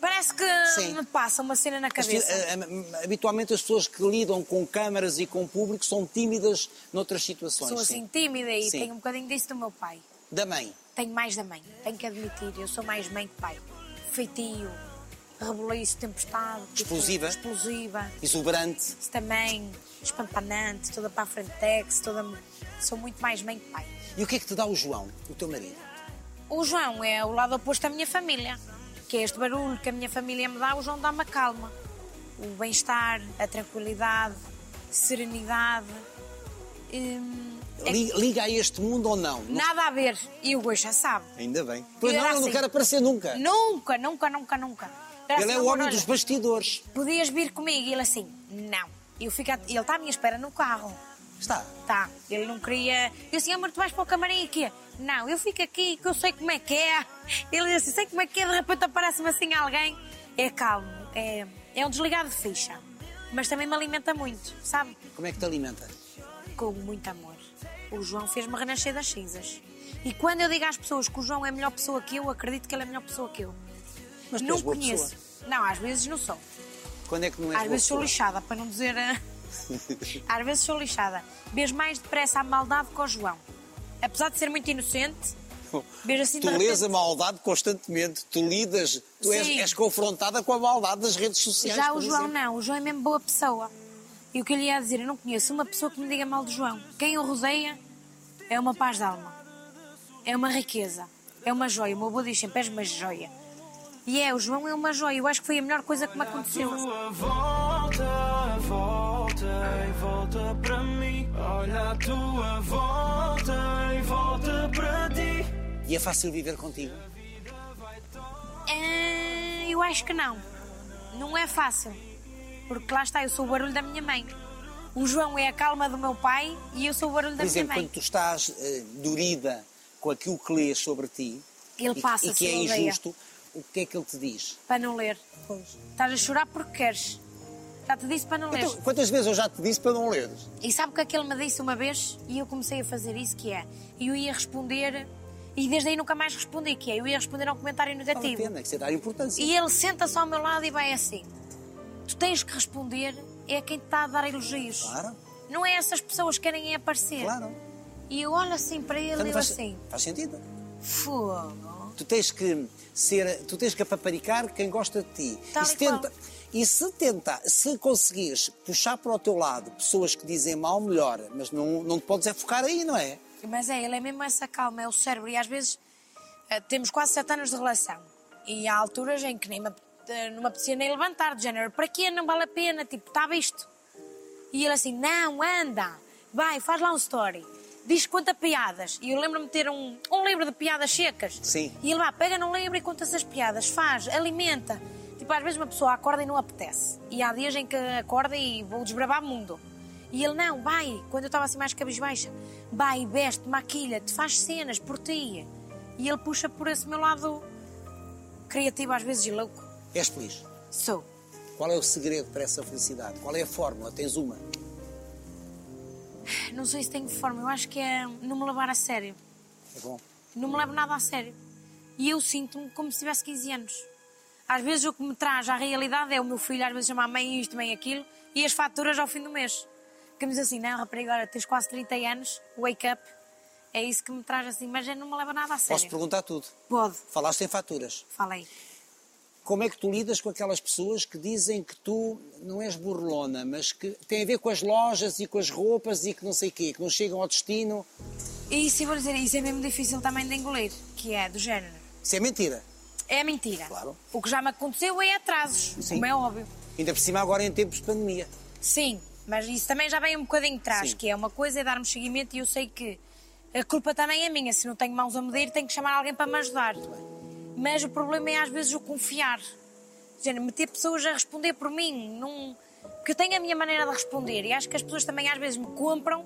S2: Parece que
S1: Sim.
S2: me passa uma cena na
S1: as eh,
S2: cabeça.
S1: pe- a- a- habitualmente as pessoas que lidam com câmaras e com público são tímidas noutras situações.
S2: Sou
S1: sim.
S2: assim tímida e
S1: Sim.
S2: tenho um bocadinho disso do meu pai.
S1: Da mãe.
S2: Tenho mais da mãe, tenho que admitir. Eu sou mais mãe que pai. Feitio, reboliço, tempestade. tipo,
S1: Explosiva.
S2: Explosiva.
S1: exuberante.
S2: Isso também, espampanante, toda para a frente tex, toda... Sou muito mais mãe que pai.
S1: E o que é que te dá o João, o teu marido?
S2: O João é o lado oposto à minha família, que é este barulho que a minha família me dá, o João dá-me a calma, o bem-estar, a tranquilidade, serenidade. Hum, é
S1: Li- Liga a este mundo ou não? Não-
S2: nada a ver, e o Goixa sabe.
S1: Ainda bem. Pois
S2: Eu
S1: não,
S2: era
S1: eu não
S2: assim.
S1: quero aparecer nunca.
S2: Nunca, nunca, nunca, nunca. Era
S1: Ele
S2: assim,
S1: é o
S2: amor,
S1: homem
S2: olha,
S1: dos bastidores.
S2: Podias vir comigo? E ele assim, não. Eu fico at- Ele está à minha espera no carro.
S1: Está.
S2: Tá, ele não queria. Eu assim, amor, tu vais para o camarim aqui? Não, eu fico aqui que eu sei como é que é. Ele disse, sei como é que é, de repente aparece-me assim alguém. É calmo, é, é um desligado de ficha. Mas também me alimenta muito, sabe?
S1: Como é que te alimenta?
S2: Com muito amor. O João fez-me renascer das cinzas. E quando eu digo às pessoas que o João é a melhor pessoa que eu, acredito que ele é a melhor pessoa que eu.
S1: Mas tu
S2: não
S1: és boa
S2: conheço.
S1: pessoa.
S2: Não, às vezes não sou.
S1: Quando é que não és
S2: Às
S1: boa
S2: vezes sou
S1: pessoa?
S2: lixada, para não dizer. eh, Às vezes sou lixada. Vejo mais depressa a maldade que o João. Apesar de ser muito inocente, vejo assim
S1: Tu
S2: de
S1: lês
S2: repente-
S1: a maldade constantemente, tu lidas, tu és,
S2: Sim.
S1: és confrontada com a maldade das redes sociais.
S2: Já
S1: por
S2: o João
S1: exemplo.
S2: não, o João é mesmo boa pessoa. E o que eu lhe ia dizer, eu não conheço uma pessoa que me diga mal do João. Quem o rodeia é uma paz de alma, é uma riqueza, é uma joia. O meu avô diz sempre: és uma joia. E é, o João é uma joia. Eu acho que foi a melhor coisa que me aconteceu.
S5: Tua volta, volta e volta para mim. Olha a tua volta e volta para ti.
S1: E é fácil viver contigo.
S2: Ah, eu acho que não. Não é fácil. Porque lá está, eu sou o barulho da minha mãe. O João é a calma do meu pai e eu sou o barulho da
S1: Por exemplo,
S2: minha mãe.
S1: quando tu estás eh, dorida com aquilo que lês sobre ti
S2: Ele
S1: e que-
S2: passa, assim
S1: e que
S2: se
S1: é
S2: ele odeia.
S1: injusto, o que é que ele te diz?
S2: Para não ler. Estás a chorar porque queres. Já te disse para não ler.
S1: Então, quantas vezes eu já te disse para não leres?
S2: E sabe o que é que ele me disse uma vez? E eu comecei a fazer isso, que é... Eu ia responder... E desde aí nunca mais respondi, que é... Eu ia responder a um comentário
S1: Vale a
S2: negativo.
S1: pena, que você dá importância.
S2: E ele senta-se ao meu lado e vai assim... Tu tens que responder é a quem te está a dar elogios.
S1: Claro,
S2: Não é essas pessoas que querem aparecer.
S1: claro.
S2: E eu olho assim para ele
S1: Então,
S2: e eu
S1: faz,
S2: assim,
S1: faz sentido.
S2: fogo.
S1: Tu tens que ser, tu tens que apaparicar quem gosta de ti.
S2: Tal
S1: e se
S2: e qual.
S1: tenta, e se tentar, se conseguires puxar para o teu lado pessoas que dizem mal, melhor, mas não, não te podes é focar aí, não é?
S2: Mas é, ele é mesmo essa calma, é o cérebro. E às vezes eh, temos quase sete anos de relação. E há alturas em que nem me, ap- eh, não me apetecia nem levantar, de género, para quê? Não vale a pena, tipo, está visto. E ele assim, não, anda, vai, faz lá um story. Diz conta piadas. E eu lembro-me de ter um, um livro de piadas secas.
S1: Sim.
S2: E ele lá, pega num livro e conta essas piadas. Faz, alimenta. Tipo, às vezes uma pessoa acorda e não apetece. E há dias em que acorda e vou desbravar o mundo. E ele, não, vai. Quando eu estava assim mais cabisbaixa, vai, veste, maquilha-te, faz cenas por ti. E ele puxa por esse meu lado criativo às vezes e louco.
S1: És feliz.
S2: Sou.
S1: Qual é o segredo para essa felicidade? Qual é a fórmula? Tens uma.
S2: Não sei se tenho forma, eu acho que é não me levar a sério.
S1: É bom.
S2: não me levo nada a sério. E eu sinto-me como se tivesse 15 anos. Às vezes o que me traz à realidade é o meu filho, às vezes chama a mãe isto, mãe aquilo, e as faturas ao fim do mês. Que me diz assim, não, rapariga, agora tens quase 30 anos, wake up. É isso que me traz assim, mas eu não me leva nada a
S1: Posso
S2: sério.
S1: perguntar tudo.
S2: Pode,
S1: Falaste em faturas.
S2: falei.
S1: Como é que tu lidas com aquelas pessoas que dizem que tu não és burlona, mas que tem a ver com as lojas e com as roupas e que não sei o quê, que não chegam ao destino?
S2: E isso, eu vou dizer, isso é mesmo difícil também de engolir, que é do género.
S1: Isso é mentira.
S2: É mentira.
S1: Claro.
S2: O que já me aconteceu é atrasos,
S1: Sim.
S2: como é óbvio.
S1: Ainda por cima agora em tempos de pandemia.
S2: Sim, mas isso também já vem um bocadinho de trás,
S1: Sim.
S2: que é uma coisa é darmos seguimento e eu sei que a culpa também é minha. Se não tenho mãos a medir, tenho que chamar alguém para me ajudar. Mas o problema é às vezes o confiar. Quer dizer, meter pessoas a responder por mim. Não... Porque eu tenho a minha maneira de responder e acho que as pessoas também às vezes me compram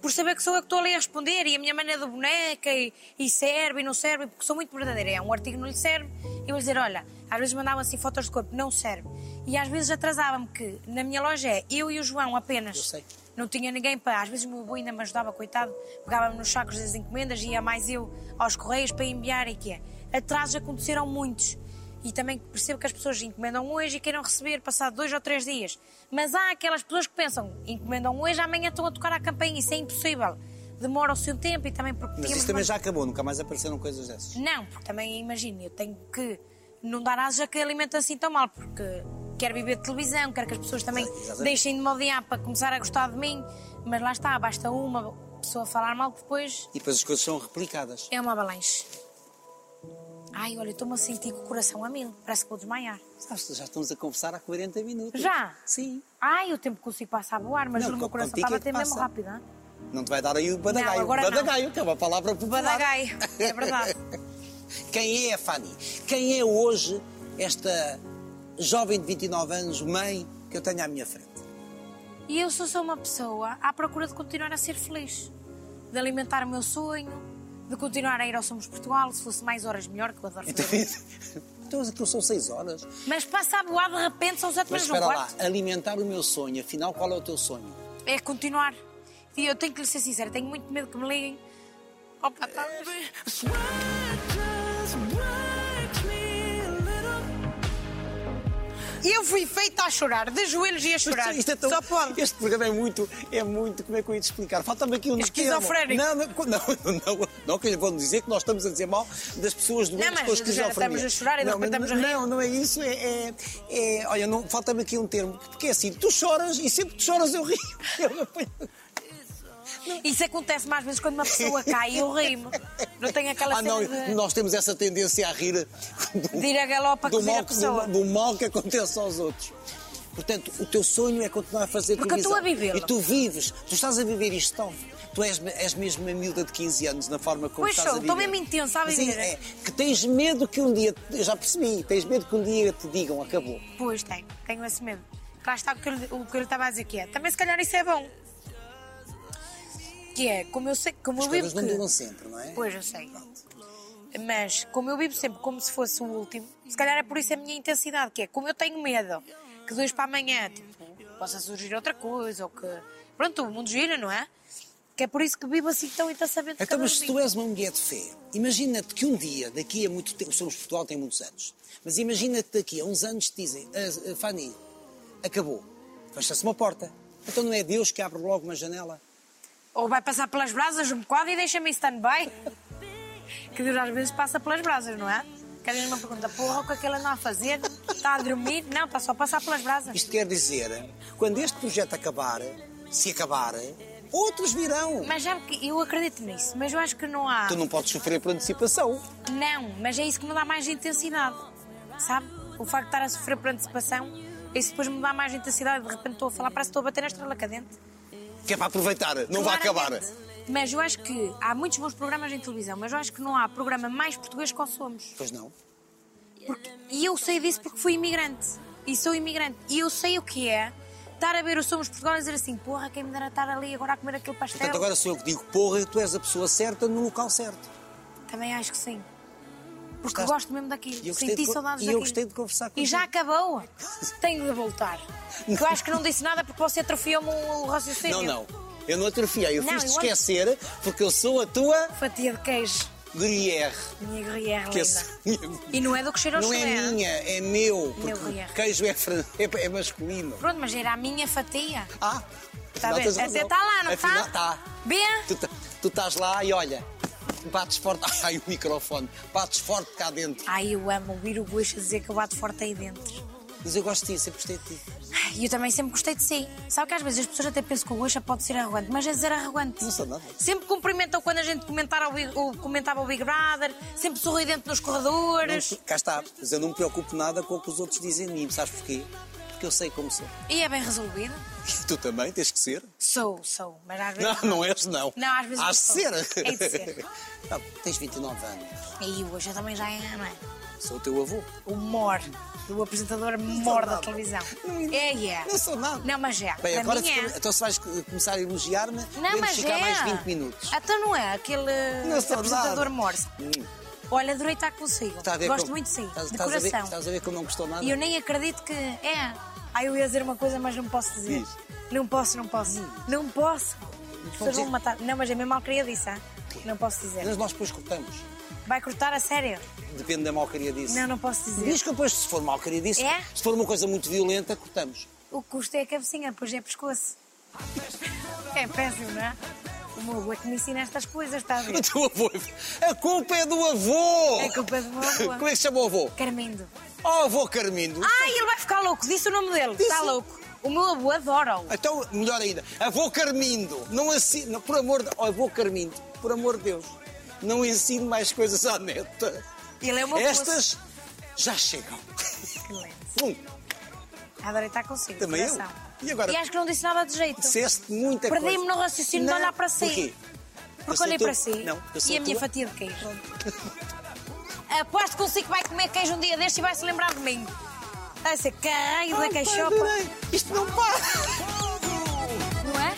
S2: por saber que sou eu que estou ali a responder e a minha maneira de boneca e, e serve e não serve, porque sou muito verdadeira. É um artigo que não lhe serve, eu vou dizer: olha, às vezes mandavam assim fotos de corpo, não serve. E às vezes atrasava-me, que na minha loja é eu e o João apenas.
S1: Eu sei.
S2: Não tinha ninguém para. Às vezes o meu avô ainda me ajudava, coitado, pegava-me nos sacos das encomendas e ia mais eu aos correios para enviar e que é. Atrasos aconteceram muitos. E também percebo que as pessoas encomendam hoje e queiram receber passado dois ou três dias. Mas há aquelas pessoas que pensam, encomendam hoje, amanhã estão a tocar a campainha. Isso é impossível. Demora o seu tempo e também porque
S1: Mas
S2: tínhamos
S1: isso também
S2: uma-
S1: já acabou, nunca mais apareceram coisas dessas.
S2: não, porque também imagino, eu tenho que não dar asas a que alimento assim tão mal, porque quero viver de televisão, quero que as pessoas também
S1: Exatamente.
S2: deixem de me odiar para começar a gostar de mim, mas lá está, basta uma pessoa falar mal que depois
S1: E depois as coisas são replicadas.
S2: é uma avalanche. Ai, olha, eu estou-me a sentir com o coração a mil, parece que vou desmaiar.
S1: Sabes, já estamos a conversar há 40 minutos.
S2: Já?
S1: Sim.
S2: Ai, o tempo que consigo passar a voar, mas
S1: Não,
S2: juro, o meu
S1: com-
S2: coração
S1: contigo
S2: estava a
S1: é que
S2: bater mesmo
S1: passa.
S2: rápido, hã?
S1: Não te vai dar aí o badagaio.
S2: Não, agora não.
S1: badagaio, que é uma palavra popular.
S2: Badagai, é verdade.
S1: Quem é a Fanny? Quem é hoje esta jovem de 29 anos, mãe, que eu tenho à minha frente?
S2: E eu só sou uma pessoa à procura de continuar a ser feliz, de alimentar o meu sonho, de continuar a ir ao Somos Portugal, se fosse mais horas melhor, que eu adoro
S1: Então,
S2: fazer.
S1: então aquilo são 6 horas.
S2: Mas passa a voar de repente, são os
S1: Mas
S2: outros no
S1: espera lá,
S2: quarto.
S1: alimentar o meu sonho, afinal, qual é o teu sonho?
S2: É continuar. E eu tenho que lhe ser sincera, tenho muito medo que me liguem. Opa, tá bem.
S6: Sweat, just wet me a little
S2: E eu fui feita a chorar, de joelhos e a
S1: Mas
S2: chorar.
S1: isto é tão-
S2: Só pode.
S1: Este programa é muito, é muito, como é que eu ia te explicar? Falta-me aqui um
S2: Esquizofrénico.
S1: termo. Não, não, não, não, não, que lhe vão dizer que nós estamos a dizer mal das pessoas doentes
S2: Não, mas
S1: com
S2: já
S1: esquizofrenia.
S2: estamos a chorar e de
S1: não,
S2: repente
S1: mas-
S2: estamos a rir.
S1: Não, não é isso, é, é- é- olha, não, falta-me aqui um termo, porque é assim, tu choras e sempre que tu choras eu rio. Eu apanho-
S2: Isso acontece mais vezes quando uma pessoa cai e eu rimo. Não tenho aquela
S1: Ah, não,
S2: cena de-
S1: nós temos essa tendência a rir do,
S2: de ir a galopa
S1: do
S2: cozer
S1: mal,
S2: a pessoa.
S1: do- do mal que acontece aos outros. Portanto, o teu sonho é continuar a fazer
S2: Porque eu estou
S1: televisão.
S2: a vivê-lo.
S1: E tu vives, tu estás a viver isto tão. Tu és, és mesmo uma miúda de 15 anos na forma como
S2: Pois
S1: estás
S2: sou,
S1: a viver.
S2: estou mesmo intensa a
S1: Mas
S2: viver.
S1: É, é, que tens medo que um dia, eu já percebi, tens medo que um dia te digam acabou.
S2: Pois tenho, tenho esse medo. Lá está o que eu lhe- o que eu lhe estava a dizer que é. Também se calhar isso é bom. Que é, como eu sei, como
S1: As
S2: eu vivo
S1: coisas
S2: que...
S1: não duram sempre, não é?
S2: Pois eu sei. Mas como eu vivo sempre como se fosse o último, se calhar é por isso a minha intensidade, que é como eu tenho medo que dois para amanhã tipo, possa surgir outra coisa ou que. Pronto, o mundo gira, não é? Que é por isso que vivo assim tão intensamente.
S1: Então,
S2: cada
S1: mas se tu
S2: domingo.
S1: és uma mulher de fé, imagina-te que um dia, daqui a muito tempo, o Somos Portugal tem muitos anos, mas imagina-te daqui a uns anos te dizem, "Ah, ah, Fanny, acabou, fecha-se uma porta. Então não é Deus que abre logo uma janela?
S2: Ou vai passar pelas brasas um bocado e deixa-me em stand-by. Que Deus às vezes passa pelas brasas, não é? Que às vezes me pergunta, porra, o que é que ele anda a fazer? Está a dormir? Não, está só a passar pelas brasas.
S1: Isto quer dizer, quando este projeto acabar, se acabar, outros virão.
S2: Mas já que eu acredito nisso, mas eu acho que não há.
S1: Tu não podes sofrer por antecipação.
S2: Não, mas é isso que me dá mais intensidade, sabe? O facto de estar a sofrer por antecipação, isso depois me dá mais intensidade. De repente estou a falar, parece que estou a bater na estrela cadente.
S1: Que é para aproveitar, não vai acabar.
S2: Claramente. Mas eu acho que há muitos bons programas em televisão, mas eu acho que não há programa mais português que o Somos.
S1: Pois não.
S2: Porque- e eu sei disso porque fui imigrante. E sou imigrante. E eu sei o que é estar a ver o Somos Portugal e dizer assim: porra, quem me dera estar ali agora a comer aquele pastel.
S1: Portanto, agora sou eu que digo, porra, tu és a pessoa certa no local certo.
S2: Também acho que sim. Porque
S1: Gostaste?
S2: gosto mesmo daquilo.
S1: E eu gostei
S2: Senti
S1: de co-
S2: saudades
S1: e eu
S2: daquilo.
S1: gostei de conversar
S2: E
S1: contigo.
S2: já acabou. Tenho de voltar. Porque eu acho que não disse nada porque você atrofiou-me o raciocínio.
S1: Não, não. Eu não atrofiei, eu
S2: Não,
S1: fiz-te
S2: eu ando-
S1: esquecer, porque eu sou a tua
S2: Fatia de queijo.
S1: gruyère.
S2: Minha guerreira
S1: Que é
S2: linda.
S1: só-
S2: E não é do que cheira ao
S1: Não é
S2: chulé.
S1: minha, é meu, porque
S2: gruyère.
S1: queijo é, fran- é- é masculino.
S2: Pronto, mas era a minha fatia.
S1: Ah, afinal
S2: Está Tá bem?
S1: tens
S2: Até
S1: razão. tá.
S2: tá? está lá, não está?
S1: Afinal, está.
S2: Bem?
S1: Tu, ta- tu estás lá e olha, bates forte. Ai, o microfone. Bates forte cá dentro.
S2: Ai, eu amo ouvir o Guixa dizer que eu bato forte aí dentro.
S1: Mas eu gosto de ti, sempre gostei de ti.
S2: Ai, Eu também sempre gostei de si. Sabe que às vezes as pessoas até pensam que o Guixa pode ser arrogante, mas é dizer arrogante.
S1: Não sou nada.
S2: Sempre cumprimentam quando a gente comentava o Big, o- comentava o Big Brother, sempre sorridente nos
S1: Não
S2: corredores.
S1: te- Cá está. Mas eu não me preocupo nada com o que os outros dizem de mim. Sabes porquê? Porque eu sei como sou.
S2: E é bem resolvido.
S1: E tu também tens que ser.
S2: Sou, sou, mas às vezes.
S1: Não, não és, não.
S2: Não, às vezes
S1: Hás de
S2: não sou.
S1: ser.
S2: Hei de ser.
S1: Não, tens 29 anos.
S2: E hoje eu também já é, não é?
S1: Sou o teu avô.
S2: O mor, do apresentador mor da televisão. É, é.
S1: Não sou nada.
S2: Não, mas é.
S1: Bem,
S2: Para
S1: agora
S2: mim é.
S1: fica- então se vais co- começar a elogiar-me,
S2: Não,
S1: vamos
S2: mas
S1: ficar
S2: é.
S1: mais 20 minutos.
S2: Então não é aquele
S1: Não sou
S2: apresentador
S1: nada.
S2: morse.
S1: Hum,
S2: Olha, adorei estar consigo.
S1: está a ver
S2: Gosto
S1: como-
S2: muito de si,
S1: estás,
S2: de
S1: estás a ver,
S2: coração.
S1: estás a ver que eu não gostou nada?
S2: E eu nem acredito que é. Ai, eu ia dizer uma coisa, mas não posso dizer.
S1: Diz.
S2: Não posso, não posso. Não posso. As pessoas
S1: dizer.
S2: vão me matar. Não, mas é mesmo malcriadiça. hã? Não posso dizer.
S1: Mas nós depois cortamos.
S2: Vai cortar a sério?
S1: Depende da malcaria disso.
S2: Não, não posso dizer.
S1: Diz que depois, se for malcaria disso,
S2: É?
S1: se for uma coisa muito violenta, cortamos.
S2: O que custa é a cabecinha, depois é pescoço. É péssimo, não é? O meu avô é que me ensina estas coisas, está a
S1: O
S2: ver?
S1: teu avô. A culpa é do avô!
S2: É culpa do meu avô.
S1: Como é que se chama o avô?
S2: Carmendo.
S1: Oh, avô Carmindo.
S2: Ai, ele vai ficar louco. Disse o nome dele. Está louco. O meu avô adora-o.
S1: Então, melhor ainda, avô Carmindo, não ensino, por amor de, oh, avô Carmindo, por amor de Deus, não ensino mais coisas à neta.
S2: Ele é uma
S1: Estas já chegam.
S2: Excelente.
S1: Bom,
S2: Adorei estar consigo. de
S1: Também eu.
S2: coração.
S1: E agora? é
S2: E acho que não disse nada de jeito.
S1: disseste muita coisa.
S2: Perdi-me no raciocínio de
S1: Não,
S2: olhar para si.
S1: Porquê? Eu
S2: Porque
S1: sou
S2: olhei
S1: tua-
S2: para si
S1: Não, eu sou
S2: e a minha
S1: tua.
S2: fatia de queijo. Aposto que o Cico vai comer queijo um dia deste e vai se lembrar de mim. Vai ser caralho da
S1: Ai, tá pai,
S2: caixopa,
S1: adorei. Isto não para.
S2: não é?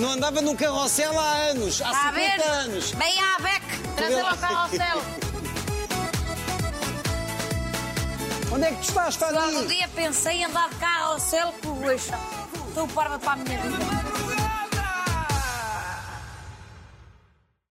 S1: Não andava num carrossel há anos, há
S2: Está Tá a
S1: 50
S2: ver?
S1: anos.
S2: Bem à beca, trazer
S1: Cabelo-
S2: ao carrossel.
S1: Onde é que tu estás,
S2: Só um
S1: Fanny?
S2: dia pensei em andar de carro ao céu por bucha. Estou parva para a minha vida.